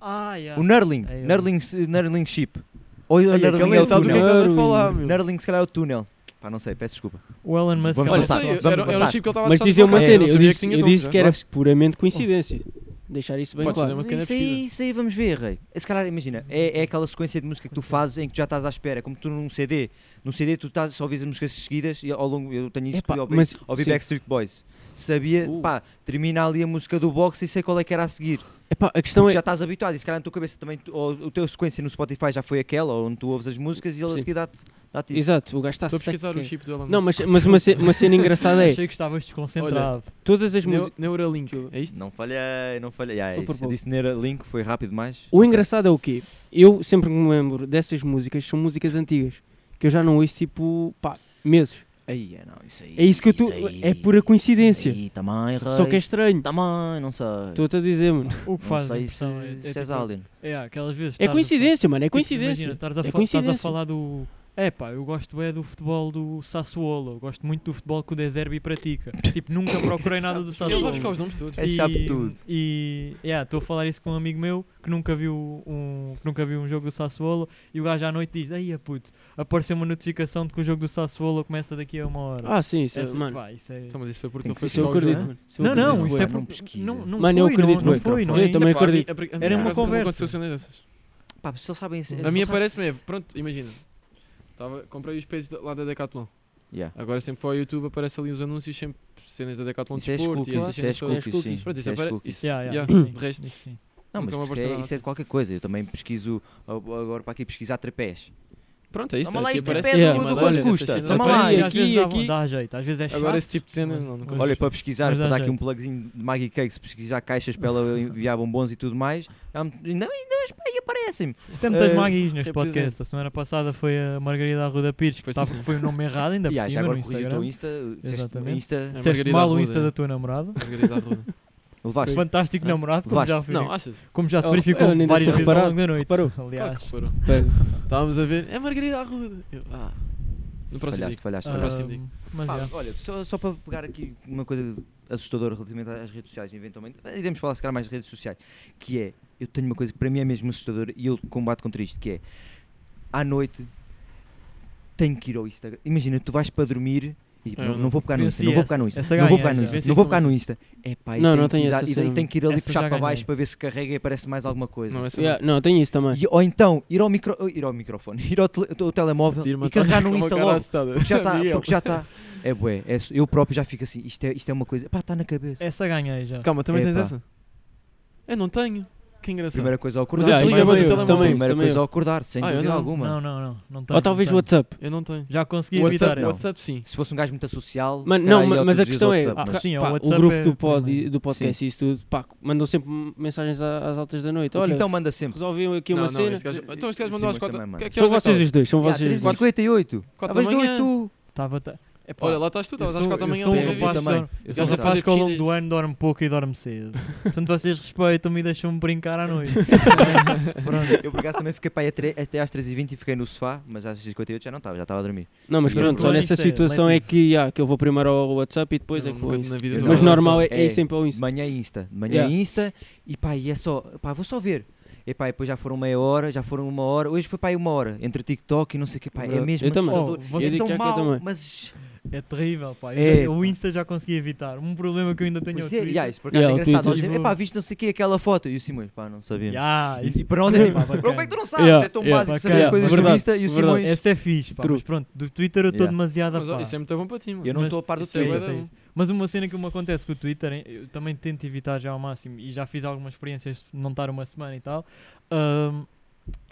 C: Ah, yeah.
B: O Nurling.
C: É ele.
B: Nurling, Nurling Chip. Ou o
A: Ei, aquele
B: Nurling
A: nem
B: é o
A: sabe do que é que
B: túnel.
A: estás a
D: Nurling.
A: falar, meu.
B: Nurling, se calhar, é o túnel. Pá, não sei, peço desculpa.
C: O Elon Musk. é um
B: Vamos
A: Olha,
B: passar,
A: sei,
B: vamos
A: era, era o
B: passar.
A: chip que ele estava a
D: Mas
A: dizer
D: dizer uma
B: É,
D: cena,
A: eu
D: eu
A: sabia que
D: disse,
A: tinha
D: eu
A: todos,
D: disse
A: já.
D: que era
B: Gosto.
D: puramente coincidência. Deixar isso bem
A: Podes fazer
D: claro.
A: É uma pequena
B: Isso aí,
A: pesquisa.
B: isso aí vamos ver, rei. Esse cara, imagina, é, é aquela sequência de música que tu fazes em que tu já estás à espera, como tu num CD. Num CD tu estás, só ouvis as músicas seguidas e ao longo, eu tenho isso
D: Epá,
B: que ouvi,
D: mas-
B: ouvi
D: sim.
B: Backstreet Boys. Sabia,
D: Uh.
B: pá, termina ali a música do box e sei qual é que era a seguir.
D: Epá, a questão
B: Porque
D: é,
B: já estás habituado e se calhar na tua cabeça também, tu- ou, o teu sequência no Spotify já foi aquela, ou onde tu ouves as músicas e ele a
D: Sim.
B: seguir dá-te dá isso.
D: exato, o gajo está
A: Estou a
D: seco.
A: pesquisar
D: que
A: o
D: é.
A: chip do Elon
D: Não,
A: Musk.
D: mas, mas uma, ce- uma cena engraçada é,
C: Achei que estavas desconcentrado.
D: todas as
A: Neu-
D: músicas...
A: Neuralink, é isto?
B: Não falhei, não falhei. Ah, é
D: Foi por
B: isso. Eu
D: pouco.
B: disse Nera Link, foi rápido demais.
D: O engraçado é o quê? Eu sempre que me lembro dessas músicas, são músicas antigas, que eu já não ouço tipo, pá, meses.
B: Aí, é, não, isso aí.
D: É isso que eu estou...
B: aí,
D: É pura coincidência.
B: Isso aí, também, rei.
D: Só que é estranho.
B: Também, não sei.
D: Estou-te a dizer, mano.
C: O que
B: não
C: faz a
B: sei se,
C: impressão é, é,
B: se és
C: tipo-
B: alien.
C: é, aquelas vezes.
D: É
C: estás a fa-
D: coincidência, mano, é
C: tipo, Imagina,
D: coincidência.
C: estás a,
D: É
C: fa- estás a
D: coincidência.
C: falar do, É pá, eu gosto é do futebol do Sassuolo, eu gosto muito do futebol que o De Zerbi pratica. tipo, nunca procurei nada do
A: Ele vai
C: Sassuolo.
A: buscar os nomes todos.
B: É chato tudo.
C: E estou a falar isso com um amigo meu que nunca viu um, que nunca viu um jogo do Sassuolo e o gajo à noite diz: Aí, puto, apareceu uma notificação de que o jogo do Sassuolo começa daqui a uma hora.
D: Ah, sim, isso é,
C: Essa-
D: mano.
C: pá, isso é-
A: Então, mas isso foi porque
B: Tem
A: ele
B: que
A: foi
D: Isso eu
A: buscar os
D: acredito,
A: nomes.
D: mano. Isso eu
C: Não,
D: acredito.
C: não, isso é
B: Ué, não
C: porque-
B: pesquisa.
C: Não, não
D: Mano, eu
C: foi, não-
D: acredito,
C: não,
D: ué,
C: foi, não
D: eu
C: é?
D: também
A: Pá, a mim-
D: acredito.
A: a pri- a
C: Era
A: mim
C: uma
A: por acaso nunca
C: conversa.
A: aconteceu cena dessas.
B: Pá, se eles sabem.
A: A minha parece mesmo. Pronto, imagina. Tava, comprei os peitos lá da Decathlon.
B: Yeah.
A: Agora sempre que vou ao YouTube aparece ali os anúncios, sempre cenas da Decathlon
B: Isso
A: de
B: é
A: esporte e
B: cookies,
A: essas
B: isso é
A: cenas todas.
B: cookies, sim.
A: Pronto, isso
B: é
A: apare-
B: cookies.
A: isso-
C: Yeah, yeah,
A: yeah,
C: sim,
A: de resto.
C: isso sim.
B: Não, mas
A: Nunca me
B: isso
A: apareceu
B: é,
A: nada.
B: isso é de qualquer coisa. Eu também pesquiso ah, agora para aqui pesquisar trapés.
A: Pronto, é isso.
B: Toma lá
A: aqui
B: isto em
A: aparece
B: pé
A: aqui
D: do-
A: em
D: do
A: Madalha,
B: quanto
A: essas
B: custa.
A: cenas.
B: Toma
C: Às
B: lá,
C: vezes-
D: e
C: às
D: aqui,
C: vezes
D: e
C: dá,
D: aqui.
C: dá jeito, às vezes é chato.
A: Agora esse tipo de cenas não, nunca
C: Pois.
A: vi.
B: Olha, para pesquisar,
C: Mas
B: para
C: dá
B: dar aqui um
C: jeito.
B: plugzinho de Maggie Cakes, pesquisar caixas para ela enviar bombons e tudo mais. Ela me- Não, e não, espera, e aparecem-me.
C: Isto é muitas
B: Eh,
C: maguinhas neste
A: representa.
C: podcast. A semana passada foi a Margarida Arruda Pires, que
A: Foi, sim,
C: tava-
A: senhor.
C: foi o nome errado, ainda
B: E
C: por
B: ah, já
C: cima no
B: agora corrigi o teu
C: Instagram.
B: Insta. disseste
C: Exatamente.
B: Insta
A: É
C: Disseste
A: Margarida
C: mal o
A: Arruda,
C: Insta
A: é.
C: da tua namorada.
A: Margarida Arruda.
B: levaste.
C: Fantástico
A: Ah,
C: namorado, como já,
B: levaste.
C: fui-
A: Não, achas?
C: como já se
D: Eu- eu
C: verificou
D: nem devo
C: várias
D: ter
C: vezes ao
D: reparado.
C: longo da noite.
D: Reparou.
A: Claro que
C: Aliás.
A: foram. Estávamos a ver. É Margarida Arruda. Eu, ah. No próximo
B: Falhaste,
A: dia.
B: falhaste.
C: Ah,
A: Para o
B: falhaste.
A: próximo dia.
C: mas
B: Pá,
C: já.
B: olha, só, só para pegar aqui uma coisa assustadora relativamente às redes sociais, eventualmente, iremos falar se calhar mais de redes sociais, que é, eu tenho uma coisa que para mim é mesmo assustadora e eu combato contra isto, que é, à noite, tenho que ir ao Instagram. Imagina, tu vais para dormir e tipo,
A: Eu
B: não,
A: não-
B: não vou pegar no Insta,
C: Venci
B: não vou
C: essa-
B: pegar no Insta,
C: essa
B: não vou
C: ganhei,
B: pegar no
C: já.
B: Insta,
A: Venci
B: não vou
A: essa,
B: pegar no Insta. É pá, e
D: Não,
B: tenho
D: não
B: que
D: tenho
B: ir, dar-
D: essa
B: e daí
D: cena.
B: tenho que ir ali
C: Essa
B: puxar
C: já
B: para baixo
C: ganhei.
B: para ver se carrega e aparece mais alguma coisa.
A: Não, é essa
D: Yeah, ah, Não, tem isso também.
B: E- ou então, ir ao, micro, ir ao microfone, ir ao, tele- ao telemóvel
A: Tira-me
B: e
A: a-
B: carregar
A: com
B: no
A: uma
B: Insta
A: cara
B: logo.
A: assustada.
B: Porque já está,
A: Miguel.
B: porque já está. É bué, é su- eu próprio já fico assim, isto é, isto é uma coisa, pá, está na cabeça.
C: é,
D: É,
C: Essa ganhei já.
A: Calma, também tens
B: Epá.
A: essa? Eu não tenho. Que engraçado.
B: Primeira coisa ao acordar.
A: eu
D: é,
B: Ah,
A: desligo
B: isso
A: a
B: também
A: banda do
B: eu,
A: telemóvel.
B: Primeira
D: Também
B: coisa
D: eu.
B: ao acordar, sem
A: Ah, eu
B: dúvida
A: não.
B: alguma.
C: Não, não, não. não tenho,
D: Ou talvez
C: não tenho.
D: WhatsApp.
A: Eu não tenho.
C: Já consegui evitar é.
A: WhatsApp,
C: essa.
A: WhatsApp sim.
B: Se fosse um gajo muito social,
D: Mano,
B: se calhar
D: não,
B: ia
D: ma- mas
B: todos
D: a
B: os dias
D: questão
B: ao
D: é-
B: WhatsApp,
C: Ah,
B: mas-
C: sim,
D: Pá,
C: o
D: o
C: WhatsApp
D: grupo
C: é
D: do, pod,
C: primeiro.
D: e- do podcast e isso tudo, pá, mandam sempre mensagens à- às altas da noite.
B: O
D: Olha,
C: então?
B: Quintão manda sempre.
D: resolviam aqui uma
A: não, não,
D: cena.
A: esse gajo- Então este gajo
B: Sim,
A: mandou às
B: mas
A: quatro.
B: também, mano.
A: que- que
D: São
A: horas é que
D: vocês
A: tá?
D: os dois, são
B: Ah,
D: vocês os dois.
B: 3h58.
A: Quatro
B: Talvez
A: da manhã.
B: 8.
C: Tava ta- Epá,
A: Olha, lá estás tu,
C: eu
A: estavas às
C: sou-
A: 4 da
C: eu
A: manhã.
C: sou um
A: Pedro.
C: rapaz
B: também.
C: que-
B: Eu sou
C: Eu sou
A: já
B: um
A: faz-
B: rapaz.
C: rapaz que ao longo do
A: piscinas.
C: ano dorme pouco e dorme cedo. Portanto, vocês respeitam-me e deixam-me brincar à noite. Pronto.
B: Eu por acaso também fiquei para aí atre- até às 3h20 e fiquei no sofá, mas às 3h58 já não estava, já estava a dormir.
D: Não, mas
B: Não,
D: pronto,
C: não,
D: só
C: isto
D: nessa
C: é
D: situação é
C: relativo.
D: que, ah, que eu vou primeiro ao WhatsApp e depois
A: Eu
D: é que vou
A: nunca
D: ao Insta.
A: na vida
B: Mas
A: usei
D: Mas
A: uma
D: normal é,
B: relação.
D: é
B: É.
D: ir sempre ao
B: De
D: Insta.
B: manhã Insta, de manhã é
D: Yeah.
B: Insta, e pá, e é só, pá, vou só ver. E pá, e depois já foram meia hora, já foram uma hora, hoje foi pá aí uma hora, entre TikTok e não sei o que, pá, é
D: Verdade.
B: mesmo
D: Eu também.
B: assustador.
C: Oh, vou-
B: é
D: eu digo já
B: tão
D: que eu
B: mau,
D: também.
B: mas...
C: É terrível, pá. Eu
B: É,
C: já- o
B: pá.
C: Insta já consegui evitar. Um problema que eu ainda tenho é o
B: Pois é,
C: Twitter.
B: yeah, isso por acaso
D: Yeah, o
B: é engraçado.
D: Twitter.
B: Nós dizemos, epá, viste não sei o quê, aquela foto. E o Simões, pá, não sabia.
C: Yeah,
B: E,
C: isso-
B: é e para nós é tipo,
C: Pá,
B: "Bro, como é
C: bacana.
B: que tu não sabes?
D: Yeah,
B: é tão
D: yeah,
B: básico
C: bacana.
B: saber coisas do
D: Verdade,
B: Insta e o
D: verdade.
B: Simões.
C: Essa é fixe, pá.
D: True.
C: Mas pronto, do Twitter eu estou
B: Yeah.
C: demasiado
A: Mas
C: a
A: ó,
C: par.
A: isso é muito bom para ti, mano.
B: Eu não
C: Mas
B: estou a par do
A: isso é bué
B: Twitter.
A: da bom.
C: sim. Mas uma cena que me acontece com o Twitter, hein, eu também tento evitar já ao máximo, e já fiz algumas experiências de não estar uma semana e tal. ahm,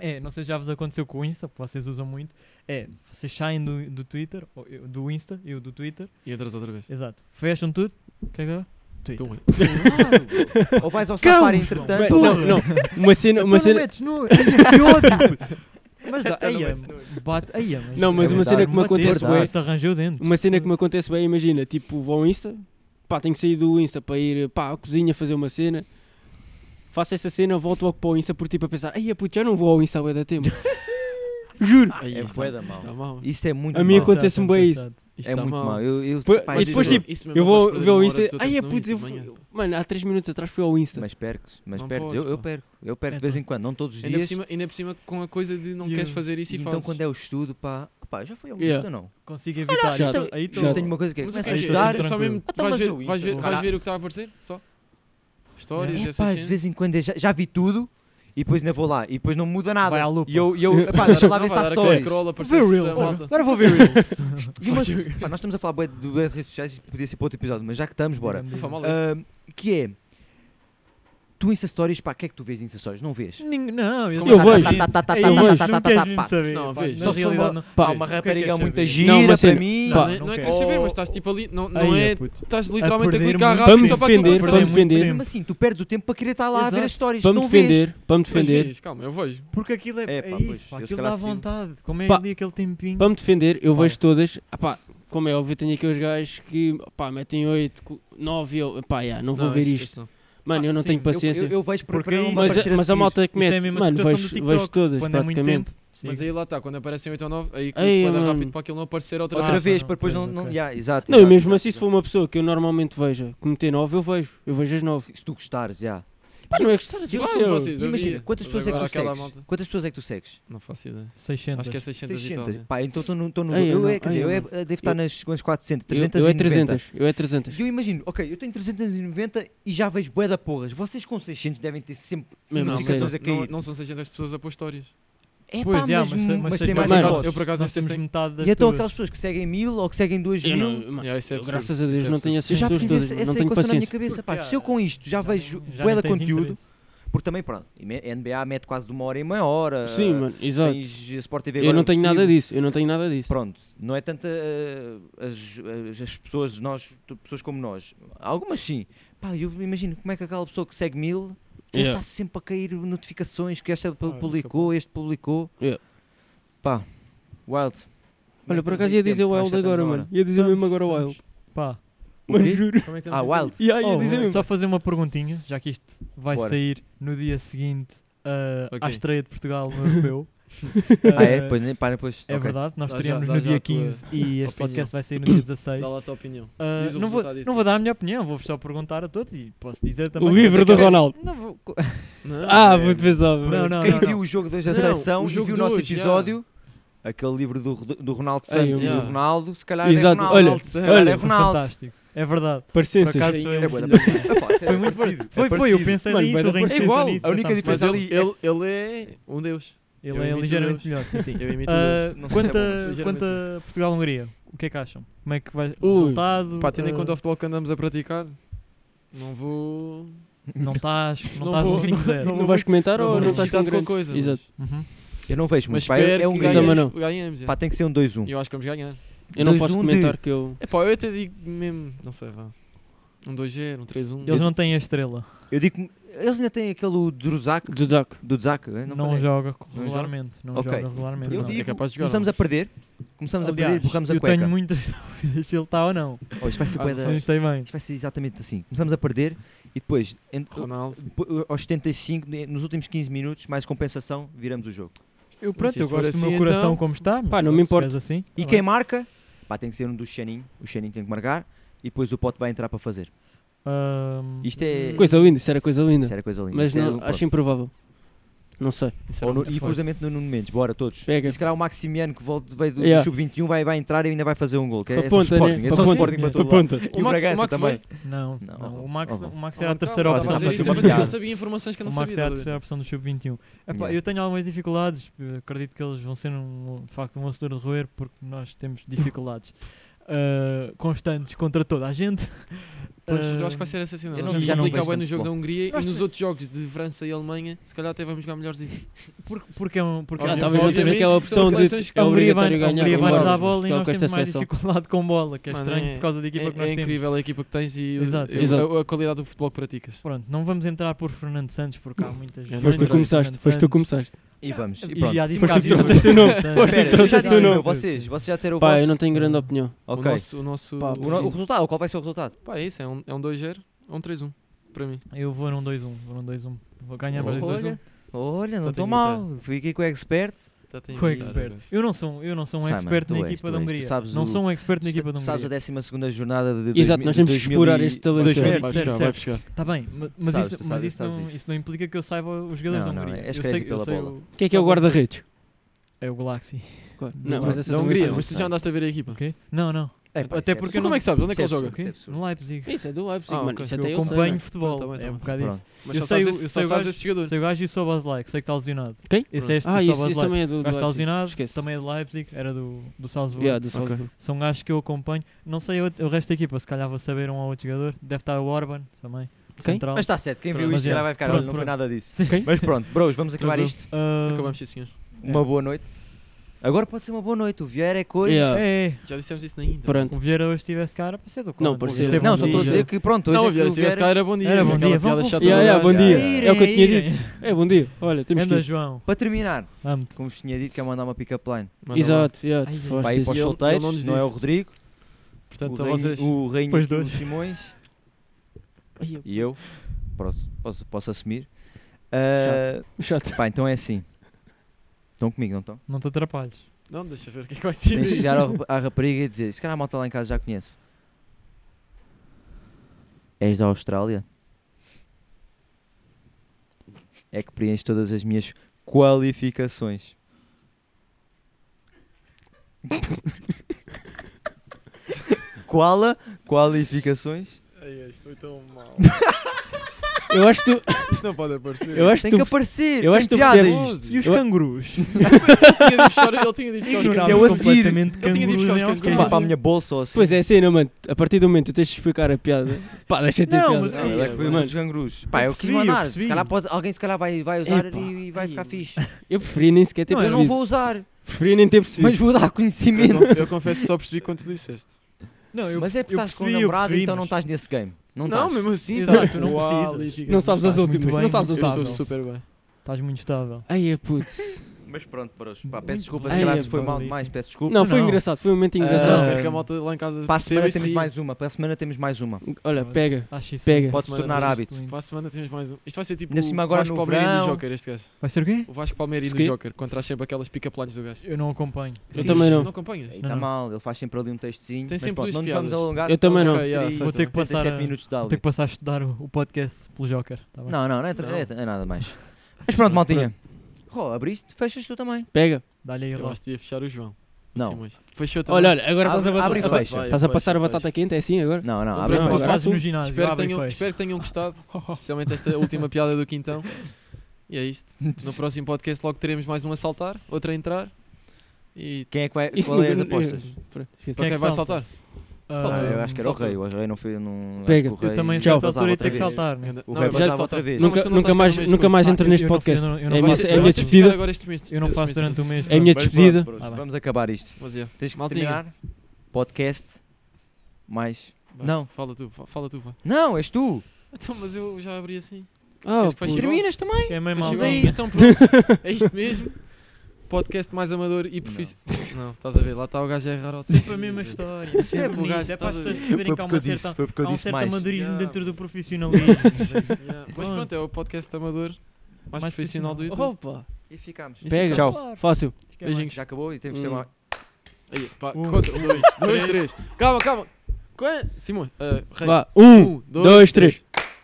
C: é, não sei se já vos aconteceu com o Insta, que vocês usam muito. É, vocês saem do, do Twitter, ou eu- do Insta, eu do Twitter,
A: E entras outra vez.
C: exato. Fecham tudo, o que é que é?
A: Então,
C: Twitter.
B: Ou vais ao Safari, entretanto.
D: Bem, assim. Não, não, uma cena, uma
C: Tu não
D: cena, Tá
B: É
C: metes nu, que ódio! Mas dá,
B: Até não
C: aí,
B: metes
C: bate, aí, mas. é
D: Não, mas
B: uma cena que me
D: acontece bué-
C: Se arranjou dentro.
D: uma cena que me acontece bem, imagina, tipo, vou ao Insta, pá, tenho que sair do Insta para ir pá, à cozinha fazer uma cena. Faço essa cena, volto logo para o Insta por tipo a pensar, ai puto, já não vou ao Insta há bué da tempo. Juro.
A: Aí,
B: É
A: isto
B: bué
A: tá-
B: da
A: isto
B: mau.
A: Está mal.
B: Isso é muito
D: A minha
B: mau.
D: conta- acontece-me bem isso.
A: Isto
B: É
A: tá
B: muito
A: mal.
B: mau. Eu, eu,
D: Foi-
B: pá,
D: e
A: Mas
B: isso
D: depois,
B: é-
A: isso-
D: tipo,
A: isso mesmo
D: Eu
A: não
D: vou
A: podes perder
D: ver
A: uma
D: o
A: hora
D: Insta,
A: toda
D: ai
A: no
D: puto, eu
A: Insta de
D: fui-
A: manhã.
D: Mano, há 3 minutos atrás fui ao Insta.
B: Mas perco, mas
A: tipo, Não
B: perco.
A: podes,
B: Eu, eu
A: pá. então.
B: perco, eu perco
C: É
B: de vez
C: tão-
B: em quando, não todos os
A: Ainda por,
B: dias.
A: cima, ainda por cima com a coisa de não
C: Yeah.
A: queres fazer isso e
B: Então
A: fazes.
B: quando é o estudo, pá, pá, já foi ao
D: Yeah.
B: Insta ou Ah, não?
C: Consigo evitar.
D: já-
C: isto- aí
D: já-
C: tô-
B: Eu tenho uma coisa que é,
A: Mas o que
B: começa a
A: é que
B: estudar,
A: é? É só mesmo.
B: Ah, tá,
A: Vais
B: mas
A: ver,
B: o Insta,
A: vais ver,
B: o
A: vais
B: caralho.
A: ver o que está a aparecer? Só? Histórias,
B: É,
A: essas
B: pá, de
A: cenas.
B: vez em quando eu já, já vi tudo e depois ainda vou lá e depois não muda nada.
C: Vai à lupa.
B: E eu, e eu pá, deixa lá ver se há stories.
A: Scroll,
C: Ver Reels.
A: Agora
C: Agora vou ver Reels.
B: E uma- pá, nós estamos a falar bué de, bué de redes sociais e podia ser para outro episódio, mas já que estamos, bora.
A: Foi mal este.
B: Ahm, que é. Tu Insta Stories, pá, o que é que tu vês de Insta Stories? Não vês?
C: Ninguém- Não, eu,
D: Eu vejo.
C: Ei,
B: Tá, tá, tá, tá,
C: Não
B: tá,
C: queres
B: tá, tá, tá,
C: mesmo
B: pá.
C: saber.
A: Não,
C: pá,
A: vejo.
C: Na
B: Só
C: realidade,
B: releva-
C: não.
D: Pá,
B: Há uma
C: O que é que
B: rapariga
C: queres
B: muito
C: saber?
B: gira
D: Não, uma
B: para
D: cena.
B: mim.
C: Pá,
A: Não, é não,
C: não
A: não
C: quero.
A: queres saber,
B: Oh,
A: mas estás tipo ali. Não, não
C: Aí,
A: é.
C: é- puto.
A: Estás literalmente a,
C: perder
A: clicar
C: muito
A: rápido
D: tempo.
A: só para
D: Para me
A: aquilo.
D: defender, para
A: Mas
D: me
C: muito
D: defender,
C: tempo.
B: Mesmo assim, tu perdes o tempo para querer estar lá a ver
C: Exato.
B: as stories
D: para
B: que
D: me
B: não vês.
D: defender, para me defender,
A: vês, é Calma, eu vejo.
C: Porque aquilo é,
B: É,
C: é
B: pá,
C: isso,
B: pois,
C: pá,
B: eu se
C: aquilo
B: calhar
C: dá
B: sigo.
C: vontade. Como é
D: Pá.
C: ali aquele tempinho.
D: para me defender, eu
C: Vai.
D: vejo todas, ah, pá, como é óbvio, tenho aqui os gajos que pá, metem 8, 9 e eu, pá, já, não vou ver
A: isso- é
D: isto.
A: isso não.
D: Mano,
C: Ah,
D: eu não
C: sim,
D: tenho
C: eu-
B: Eu, assim,
D: paciência.
B: eu, eu vejo para
C: Porque
B: para não
C: aí-
B: me
D: mas,
B: aparecer
D: a, mas a
B: seguir.
D: malta que
C: Isso é
D: mete,
C: a mesma
D: mano,
C: situação
D: vejo,
C: do TikTok,
D: vejo todas
C: Quando é muito
D: praticamente.
C: tempo.
A: Mas aí lá está, quando aparecem 8 ou 9, aí que
D: Ei,
A: é
D: mano.
A: rápido para aquilo não aparecer outra
B: Outra
A: vez.
C: Ah,
B: vez,
C: não,
B: para depois não.
C: ok,
B: não
C: ok.
B: yeah, exato,
D: tá Não, e
B: exato,
D: mesmo
B: exato,
D: assim, se
B: exato.
D: for uma pessoa que eu normalmente vejo cometer 9, eu vejo. Eu vejo as 9.
B: Se, se tu gostares, já.
D: Pá, não é gostar assim.
A: Eu
D: pá,
A: sou
D: eu-
A: vocês. eu
B: Imagina,
A: via.
B: quantas
A: Mas
B: pessoas é que
A: agora
B: tu
A: aquela
B: segues?
A: malta-
B: Quantas pessoas é que tu segues?
A: Não faço ideia.
C: 600.
A: Acho que é 600 e tal.
B: 600.
A: yeah.
B: Pá, então estou no. Estou no
D: Ei, eu
B: eu,
D: não-
B: é, quer
D: ei,
B: dizer, eu,
D: eu
B: é,
D: não.
B: devo estar nas, nas 400,
D: Eu, eu é
B: 390.
D: 300. Eu é 300.
B: E eu imagino, ok, eu tenho 390 e já vejo bué da porras. Vocês com 600 devem ter sempre
D: Mesmo
A: Não,
D: assim.
B: notificações
A: mas
B: a cair.
A: não, não são 600 pessoas a pôr histórias.
B: É
C: Pois,
B: pá,
C: já,
B: mas,
C: mas-
B: mas,
C: mas
B: tem
C: tem
B: mais
D: mais
B: hipóteses.
A: Eu por acaso nem
C: Nós
A: sei
C: temos
A: se
C: metade das
B: E então
C: tuas.
B: aquelas pessoas que seguem mil ou que seguem duas
D: Eu
B: mil,
D: não- mano,
A: Yeah, isso é
D: eu,
A: absurdo,
D: graças a
A: isso é
D: Deus não tenho
B: eu
D: essas
B: já
D: duas
B: fiz
D: todas.
B: essa,
D: Não
B: essa
D: tenho
B: equação na minha
D: paciência.
B: cabeça. Pá,
C: Porque, ah,
B: se eu com isto já vejo
C: Já
B: bué
C: não
B: da
C: tens
B: conteúdo,
C: interesse.
B: porque também, pronto, NBA mete quase de uma hora em meia hora.
D: Sim, mano, exato.
B: Tens Sport TV
D: Eu
B: agora é
D: não tenho nada
B: impossível.
D: disso. Eu não tenho nada disso.
B: Pronto, não é tanta eh, as, as- as pessoas, nós, tu- pessoas como nós. Algumas sim. Pá, eu imagino como é que aquela pessoa que segue mil deve
D: Yeah.
B: está sempre a cair notificações que esta pu-
A: Ah,
B: publicou, este publicou.
D: Yeah.
B: Pá, Wild.
D: Olha, por acaso ia dizer
B: o
D: Wild agora, mano. Ia dizer
C: Vamos,
D: mesmo agora
C: vamos.
D: Wild.
C: Pá,
D: Mano,
B: quê?
D: juro.
A: Como é que estamos
B: Ah,
A: em
B: Wild.
D: Yeah, ia
C: oh,
D: dizer mesmo.
C: só fazer uma perguntinha, já que isto vai
B: Bora.
C: sair no dia seguinte uh,
A: Ok.
C: à estreia de Portugal no Europeu.
B: Ah, é?
C: Uh,
B: Depois, nem- pá, depois.
C: é
B: ok.
C: verdade, nós
A: Dá já-
C: estaríamos
A: dá
C: no
A: já
C: dia
A: a tua
C: 15 e este
A: opinião.
C: podcast vai sair no dia 16.
A: Dá lá a tua opinião.
C: Uh,
A: Diz o
C: não, vou,
A: resultado disso.
C: não vou dar a minha opinião, vou-vos só perguntar a todos e posso dizer também. é
D: O livro do Ronaldo.
C: Não vou-
A: Não,
D: Ah,
A: é-
D: muito pesado.
C: Não, não,
B: Quem
C: não.
B: viu
C: não.
B: o jogo da
A: Não,
B: seleção
A: o
B: e
A: jogo
B: viu o
A: de
B: nosso
A: hoje, já.
B: episódio, aquele livro do, Ro- do Ronaldo
D: Ei,
B: Santos e
A: eu-
B: do Ronaldo, se calhar é
D: Exato,
B: Ronaldo.
D: olha,
B: se calhar
D: olha,
B: é
D: foi
B: Ronaldo.
C: fantástico. É verdade.
D: Parecências.
C: acaso-
A: Sim,
C: foi
A: é
C: um
A: bué da-
C: Foi muito parecido. Foi, foi, eu pensei
D: Mano,
C: nisso,
D: mas
C: eu
D: é
C: dei licença
B: igual,
C: nisso,
B: a única
C: pensámos-
A: Mas
B: diferença-
A: ele, ele, ele é um deus.
C: Ele
A: Eu
C: é
A: imito
C: ligeiramente
A: Deus.
C: melhor, sim, sim.
A: Eu imito um deus.
C: Ah,
B: Não sei se é
C: quanto,
B: bom, mas
C: a-
A: ligeiramente
C: quanto a Portugal-Hungria, o que é que acham? Como é que vai o
D: Ui.
C: resultado?
A: Pá, tendo em
C: Ah,
A: conta o futebol que andamos a praticar, não vou.
C: Não estás,
A: Não
C: não estás
A: vou-
C: um 5-0.
A: não-
D: Não vais comentar
A: não
D: ou
A: vou
D: não
A: excitar
D: estás com
A: de
D: grande?
A: qualquer coisa.
D: Exato.
C: Uhum.
B: Eu não vejo
A: Mas, mas
B: muito. pá, é- é
A: espero
B: um
A: que
B: grande.
D: Também
A: ganhemos. ganhamos, é.
B: Pá, tem que ser um 2-1.
A: Eu acho que vamos ganhar.
D: Eu não
B: 2-1
D: posso
B: de-
D: comentar que eu.
A: É pá, eu até digo mesmo. Não sei, vá. Um 2G, um 3-1.
C: Eles não têm a estrela.
B: Eu digo que eles ainda têm aquele o Druzak,
D: Do Zac.
B: do Dzak, é?
C: Não,
B: falei.
C: joga
B: joga?
C: regularmente. Não
B: Ok.
C: joga regularmente.
B: Eu
C: não.
A: sei.
B: digo,
A: É capaz de jogar,
B: começamos
A: não.
B: a perder, começamos a perder e
C: Aliás,
B: borramos a
C: eu
B: cueca.
C: tenho muitas dúvidas se ele está ou não.
B: Oh, isto vai ser
A: Ah,
B: bué
A: não
B: da-
A: sabes.
C: Não sei bem.
B: isto vai ser exatamente assim. Começamos a perder e depois, en-
A: Ronaldo.
B: depo- aos 75, ne- nos últimos 15 minutos, mais compensação, viramos o jogo.
C: Eu,
A: Mas
C: pronto,
A: se
C: eu
A: isso for
C: gosto do
A: assim,
C: meu coração
A: então-
C: como está. mas
D: Pá, não me
C: se
D: importa.
C: és Assim, tá
B: E
C: bem.
B: quem marca? Pá, tem que ser um do Xaninho. O Xaninho tem que marcar e depois o Pote vai entrar para fazer.
C: Ahm,
B: Isto é.
D: Hum. Coisa linda, isso era coisa linda.
B: Isso era coisa linda.
D: Mas
B: Isto é
D: não,
B: do Pote.
D: acho improvável. Não sei.
A: Isso
B: Ou
A: era
B: no-
A: muito
B: e
A: forte.
B: cruzamento no Nuno Mendes, bora todos.
D: Pega.
B: E se calhar o Maximiano que volta, veio do do
D: Yeah.
B: Sub-21 vai, vai entrar e ainda vai fazer um gol. Que é,
D: Para
B: é só
D: ponta,
B: Sporting,
D: né?
B: é só
D: Para
B: Sporting para
D: ponta. Para
B: todo lado.
D: ponta.
B: E
A: O
B: o
A: Max-
B: Bragança
A: o Max
B: também.
C: é- Não,
B: Não,
C: não.
B: não.
C: O Max,
B: Oh, bom.
C: o Max
A: Ah,
C: era a terceira
B: Estava
A: estava
B: a
C: opção.
A: a
B: fazer
A: dizer isso,
B: isso, uma
A: mas eu não
B: piada.
A: sabia informações que eu não
C: O Max
A: sabia.
C: é a
A: estás a ver?
C: terceira opção do Sub-21. Epá,
B: Yeah.
C: Eu tenho algumas dificuldades. eh, Acredito que eles vão ser, um, de facto, um acedor de roer porque nós temos dificuldades ah, constantes contra toda a gente.
A: Pois, eu
C: Ah,
A: acho que vai ser assassinado.
B: eu
A: Eu
B: não-
A: não,
B: já
A: já
B: não vejo
A: bem
B: tanto
A: no jogo da
B: futebol.
A: Hungria
C: Eu
A: e
C: acho
A: nos
C: que-
A: outros jogos de França e Alemanha, se calhar até vamos jogar melhorzinho.
C: Porque, porque é um. Porque
A: Ah,
C: é um-
A: tá
D: Talvez não
A: Obviamente
D: tenha aquela
A: que são
D: opção de.
A: seleções que
D: É
C: a Hungria vai,
D: obrigatório
C: a
D: ganhar.
C: Hungria um vai
A: embora,
D: embora,
C: nos dar a
A: mas
C: bola e
D: com
C: nós
D: esta
C: temos mais
D: seleção.
C: dificuldade com bola, que é
A: Mano,
C: estranho
A: é-
C: por causa da
A: É,
C: equipa que
A: é
C: nós temos.
A: incrível a equipa que tens e o-
C: Exato.
A: eu-
D: Exato.
A: A, a qualidade do futebol que praticas.
C: Pronto, não vamos entrar por Fernando Santos porque há
A: Foste
C: muitas.
D: Foste tu
A: Fernando
D: que começaste. Foste tu que começaste.
B: E vamos. E
C: E
B: pronto.
C: já disse
D: Foste
C: que
D: tu que
C: havia
D: trouxeste o
C: Fernando
D: nome. Foste
C: Santos.
D: tu
B: Espera,
D: que
B: eu já
D: trouxeste
B: disse
D: o
B: o meu,
D: nome.
B: vocês, vocês já disseram o
D: Pá,
B: vosso.
D: eu não tenho grande opinião.
A: O
B: Ok.
A: nosso. O, nosso
D: Pá,
B: O, no- o resultado, qual vai ser o resultado?
A: Pá, é isso, é um, é um 2-0 ou um 3-1 para mim.
C: Eu vou num 2-1, vou num 2-1. Vou ganhar
A: Olha.
C: mais 2-1.
B: Olha, não
A: Então
B: estou
A: tenho
B: mal. Fui aqui com o expert.
A: Tá, tem
C: Com
A: que
C: expert.
A: dar,
C: Eu não sou, eu não sou um
B: Simon,
C: expert
B: tu
C: na
B: és,
C: equipa
B: tu és,
C: da
B: tu
C: Hungria.
B: sabes
C: Não
B: o-
C: sou um expert na equipa da
B: Sabes a
C: Hungria.
B: 12 jornada de.
D: Exato, nós temos que explorar este talento.
A: Vai
B: 2000
A: vai
C: Certo,
A: buscar, vai buscar.
C: Está bem, ma- mas,
B: Sabes,
C: isso,
B: tu
C: mas
B: sabes,
C: isso,
B: sabes
C: não,
B: isso.
C: isso não implica que eu saiba os jogadores
B: Não,
C: da
B: não,
C: Hungria.
B: és
C: eu
B: crazy
C: sei, eu
B: pela
C: sei
B: bola.
C: o,
D: Quem é que é o guarda-redes?
C: é o Galaxy.
D: Não,
C: Não,
D: mas essa
A: Da
D: também
A: Hungria,
D: sabe.
A: mas tu já andaste a ver a equipa.
C: ok? Não, não.
B: É, pá, isso
C: Até
B: é
C: porque
A: Então
C: não-
A: como é que sabes? Onde é que ele
B: Isso é
A: joga?
B: absurdo.
C: ok? No Leipzig.
D: Isso é do Leipzig,
A: Ah,
D: mano.
A: ok.
D: Isso
C: Eu
D: até eu sei,
C: acompanho
D: mano.
C: futebol.
A: Também,
C: É
A: também.
C: um bocado isso.
B: Pronto.
A: Mas
C: Eu
A: só
C: sei
A: sabes
C: o-
A: esse-
C: eu
A: só
C: sei o
A: sabes
C: gajo-
A: esse jogador.
C: Sei o gajo e o Soboslai, que sei que está lesionado.
D: Quem?
C: Esse é este,
D: Ah,
C: o
D: isso, isso
C: Soboslai.
D: também é do
C: O gajo está
D: Leipzig.
C: lesionado,
D: Esquece.
C: também é do Leipzig, era do, do Salzburgo.
D: Yeah, do Salzburg.
C: São gajos que eu acompanho. Não sei o, o resto da equipa, se calhar vou saber um ou outro jogador. Deve estar o Orban também.
D: Quem?
C: Central.
B: Mas está certo, quem viu
C: Pronto,
B: isto se calhar
C: mas
B: vai
C: é.
B: ficar.
C: Pronto,
B: Olha, não foi
C: pronto.
B: nada disso.
C: Quem?
B: Mas pronto, bros, vamos acabar
A: Tranquilo.
B: isto.
C: Ah,
A: Acabamos, sim, senhor.
B: Uma boa noite. Agora pode ser uma boa noite. O Vieira é coisa.
D: Yeah.
C: É, é.
A: Já dissemos isso na Índia.
D: Pronto.
C: o Vieira hoje tivesse cara para ser do
D: Não,
C: Conte.
D: parecia-
C: Ser bom
B: Não, só
C: dia.
B: estou a dizer que pronto, hoje
A: Não,
B: é que
A: Vieira,
B: o
A: se tivesse
B: Vieira-
A: cá era bom dia.
C: Era bom
A: aquela
C: dia,
A: piada
C: vamos
A: chata
D: Yeah,
A: do
D: yeah,
A: gajo.
D: bom dia.
B: Irem,
D: É o que eu tinha
B: irem.
D: dito. É, bom dia. Olha, temos que
C: Anda,
D: ir.
C: João.
B: Para terminar,
C: Amo-te.
B: como vos tinha dito, quero mandar uma pick-up line.
A: Manda lá.
D: Exato, yeah,
C: Ai,
D: tu
C: ai.
D: falaste
B: Para ir
D: disso.
B: para os
A: ele-
B: solteiros,
A: ele não nos
B: não, é o
A: disse.
B: Rodrigo,
A: Portanto,
B: o
A: a
B: Rainho,
A: vocês.
B: o Rainho
C: Pois
B: Arturo
C: dois.
B: Simões
D: Ai,
B: e eu. Posso, posso, posso assumir. Ah,
D: Chato.
B: pá, então é assim. Estão comigo, não estão?
C: Não te atrapalhes.
A: Não, deixa ver o que é que vai
C: Tipo
A: ser.
B: Tens de chegar ao rap- à rapariga e dizer: Se calhar a malta lá em casa já conhece. És da Austrália? É que preenche todas as minhas qualificações. Quala? Qualificações?
A: Ai, estou tão mal.
D: Eu acho que tu,
A: Isto não pode aparecer.
D: eu acho
B: Tem
D: que
B: que
D: tu,
B: aparecer!
D: eu
B: tem
D: acho que tu
B: piada
D: percebes
B: isto.
C: E os
D: Eu-
C: cangurus?
A: Ele tinha de história- ele tinha de história.
B: Ignorámos. eu a seguir.
C: completamente
A: Eu tinha dito
C: cangurus
A: que os cangurus-
B: Tem
C: em
B: que ir
C: Austrália.
B: para a minha bolsa ou assim.
D: Pois é, assim, não, mano. A partir do momento que tu tens de explicar a piada, pá, deixa-te ter
C: Não,
D: piada.
C: mas
B: Ah, ela é que foi
D: Mano,
B: dos gangrus. Pá, eu, quis
C: percebi, eu
B: mandar.
C: percebi.
B: se calhar pode- alguém se calhar vai, vai usar
D: Epá.
B: e, e vai ficar
D: Ai,
B: fixe.
D: eu preferia nem sequer ter
C: Não,
B: eu
D: percebido.
B: não vou usar,
D: Preferia nem ter percebido.
B: mas vou dar
A: Eu,
B: conhecimento.
A: conf- eu confesso que só percebi quando tu disseste.
C: Não, eu,
B: mas é porque
C: eu
B: estás com um
C: percebi, eu
B: namorado
C: percebi,
B: então
C: mas-
B: não estás nesse game. Não,
A: Não,
B: estás.
A: mesmo assim.
C: Exato,
A: tá-
C: não
A: Uau,
C: precisas.
A: Benfica,
D: Não sabes as
C: Estás
D: últimas,
C: muito
D: não
C: bem,
D: sabes
A: Eu
D: as
C: muito
A: estou
D: últimas.
A: super bem.
C: Estás muito estável.
D: Ai, é putz.
B: Mas pronto, para
C: Pá,
B: peço
C: peço
B: desculpa
C: desculpa,
B: se
D: Ai,
B: calhar
D: é
B: se foi mal
C: belíssimo.
B: demais, peço desculpa.
D: Não, foi
C: não.
D: engraçado, foi um momento
A: Não,
D: engraçado.
A: espero que a malta lá em casa
B: Para a
A: perceba
B: semana
A: e se
B: temos
A: ria.
B: mais uma, para a semana temos mais uma.
D: Olha, pega.
C: Acho isso
D: Pega.
C: muito
B: Pode-se
A: semana
B: tornar
A: temos-
B: hábito.
A: Para a semana temos mais um. Isto vai ser tipo
B: Ainda por
A: o
B: cima agora
A: Vasco
B: no
A: Palmeirinho do
B: verão.
A: Joker, este gajo.
C: Vai ser o quê?
A: O Vasco Palmeirinho
D: Isso
A: do
D: quê?
A: Joker, quando traz sempre aquelas pica-planos do gajo.
C: Eu não acompanho.
D: Eu também não.
A: Não acompanhas?
B: Aí
C: Não,
B: está
C: não.
B: mal, ele faz sempre ali um textinho.
A: Tem
B: mas
A: sempre
B: pronto,
A: duas
B: não nos
A: piadas.
B: vamos alongar.
D: Eu também não.
A: Ok, yeah,
B: Vou
A: vou
B: ter
A: ter
B: que
C: que passar a-
B: minutos de
C: Vou ter
B: áudio.
C: que passar a estudar o, o podcast pelo Joker. Tá bem?
B: Não, não, não é,
A: Não.
B: é- é nada mais. Mas pronto, maltinha. Rô, abriste, fechas tu também.
D: Pega.
C: Dá-lhe aí a
A: Eu acho que devia fechar o João.
B: Não.
A: Assim, mas- Fechou também.
D: Olha, olha, agora estás a
B: Abre-
D: bater-
B: abre e
D: agora-
B: fecha.
D: Estás a passar a batata quente, é assim agora?
B: Não, não,
A: Então,
B: abre.
A: pronto,
B: fecha.
D: agora-
C: Fazes no
D: faço.
C: ginásio,
A: Espero que,
C: abre e
A: tenham,
C: fecha.
A: espero que tenham gostado, especialmente esta última piada do Quintão. E é isto. No próximo podcast logo teremos mais um a saltar, outro a entrar. E
B: Quem é que vai?
D: Isso
B: qual é as
D: nunca-
B: apostas?
D: Pronto, esquece.
A: para
C: é
A: quem
C: que
A: vai
C: salta?
A: saltar?
C: Ah,
A: Salta,
B: eu acho que é era o
A: Saltou.
B: rei, o rei não foi. Não, acho
D: Pega.
B: que o
C: Eu
B: rei-
C: também, a
D: Tchau.
C: certa altura, ia ter
B: Passava
C: que
A: outra vez.
C: saltar. né?
B: O
A: Não,
B: rei
A: eu já
B: passava
A: salto.
B: outra vez.
A: Não,
D: Nunca,
A: mas tu não
D: nunca
A: estás cá
D: mais,
A: no mês
D: nunca
A: com
D: mais
A: isso.
D: entro
C: Eu-
D: neste
C: eu não-
D: podcast.
C: eu não- eu
D: é
C: não
D: a
A: Vais
D: minha,
A: ter-
D: é a minha
A: vais ter que ficar
D: despedida.
A: agora este mês,
C: Eu não
A: este
C: faço
A: mês.
C: durante o mês.
D: É a minha
C: pá.
B: Mas
D: despedida.
B: pronto,
C: Ah, bem.
B: Vamos acabar isto.
A: Mas é.
B: Tens que
A: Maltinha.
B: terminar. Podcast. Mais.
A: Vai,
B: Não.
A: Fala tu, fa- fala tu. vá.
B: Não, és tu.
A: Então, mas eu já abri assim.
D: Ah,
A: Este faz
D: puto.
A: igual.
B: Terminas também.
C: É meio
A: Faz
C: mal.
A: igual. Então pronto, é isto mesmo. Podcast mais amador e profissional. Não, estás a ver, lá está o gajo a errar. ao
C: Sempre a
A: tempo.
C: mesma história. É
A: Sempre o
C: bonito.
A: gajo,
C: É para
A: estás
C: as
A: a
C: pessoas
A: ver?
C: perceberem que há uma certa-
B: foi porque
C: há um certo amadorismo
A: Yeah.
C: dentro do profissionalismo.
A: Yeah, Mas
C: Pronto.
A: pronto, é o podcast amador mais,
C: Mais
A: profissional do YouTube.
D: Opa,
B: E ficámos.
A: E
D: pega.
B: Tchau.
D: Fácil.
C: Fica bem.
A: Beijinhos.
B: Já acabou e temos de ser
D: Hum.
B: mais.
A: Aí, pá,
C: Um,
A: conta. Um, dois, três. Calma, calma. Qua- Simão, ah, é? Rei.
D: Vá. Um, dois, três.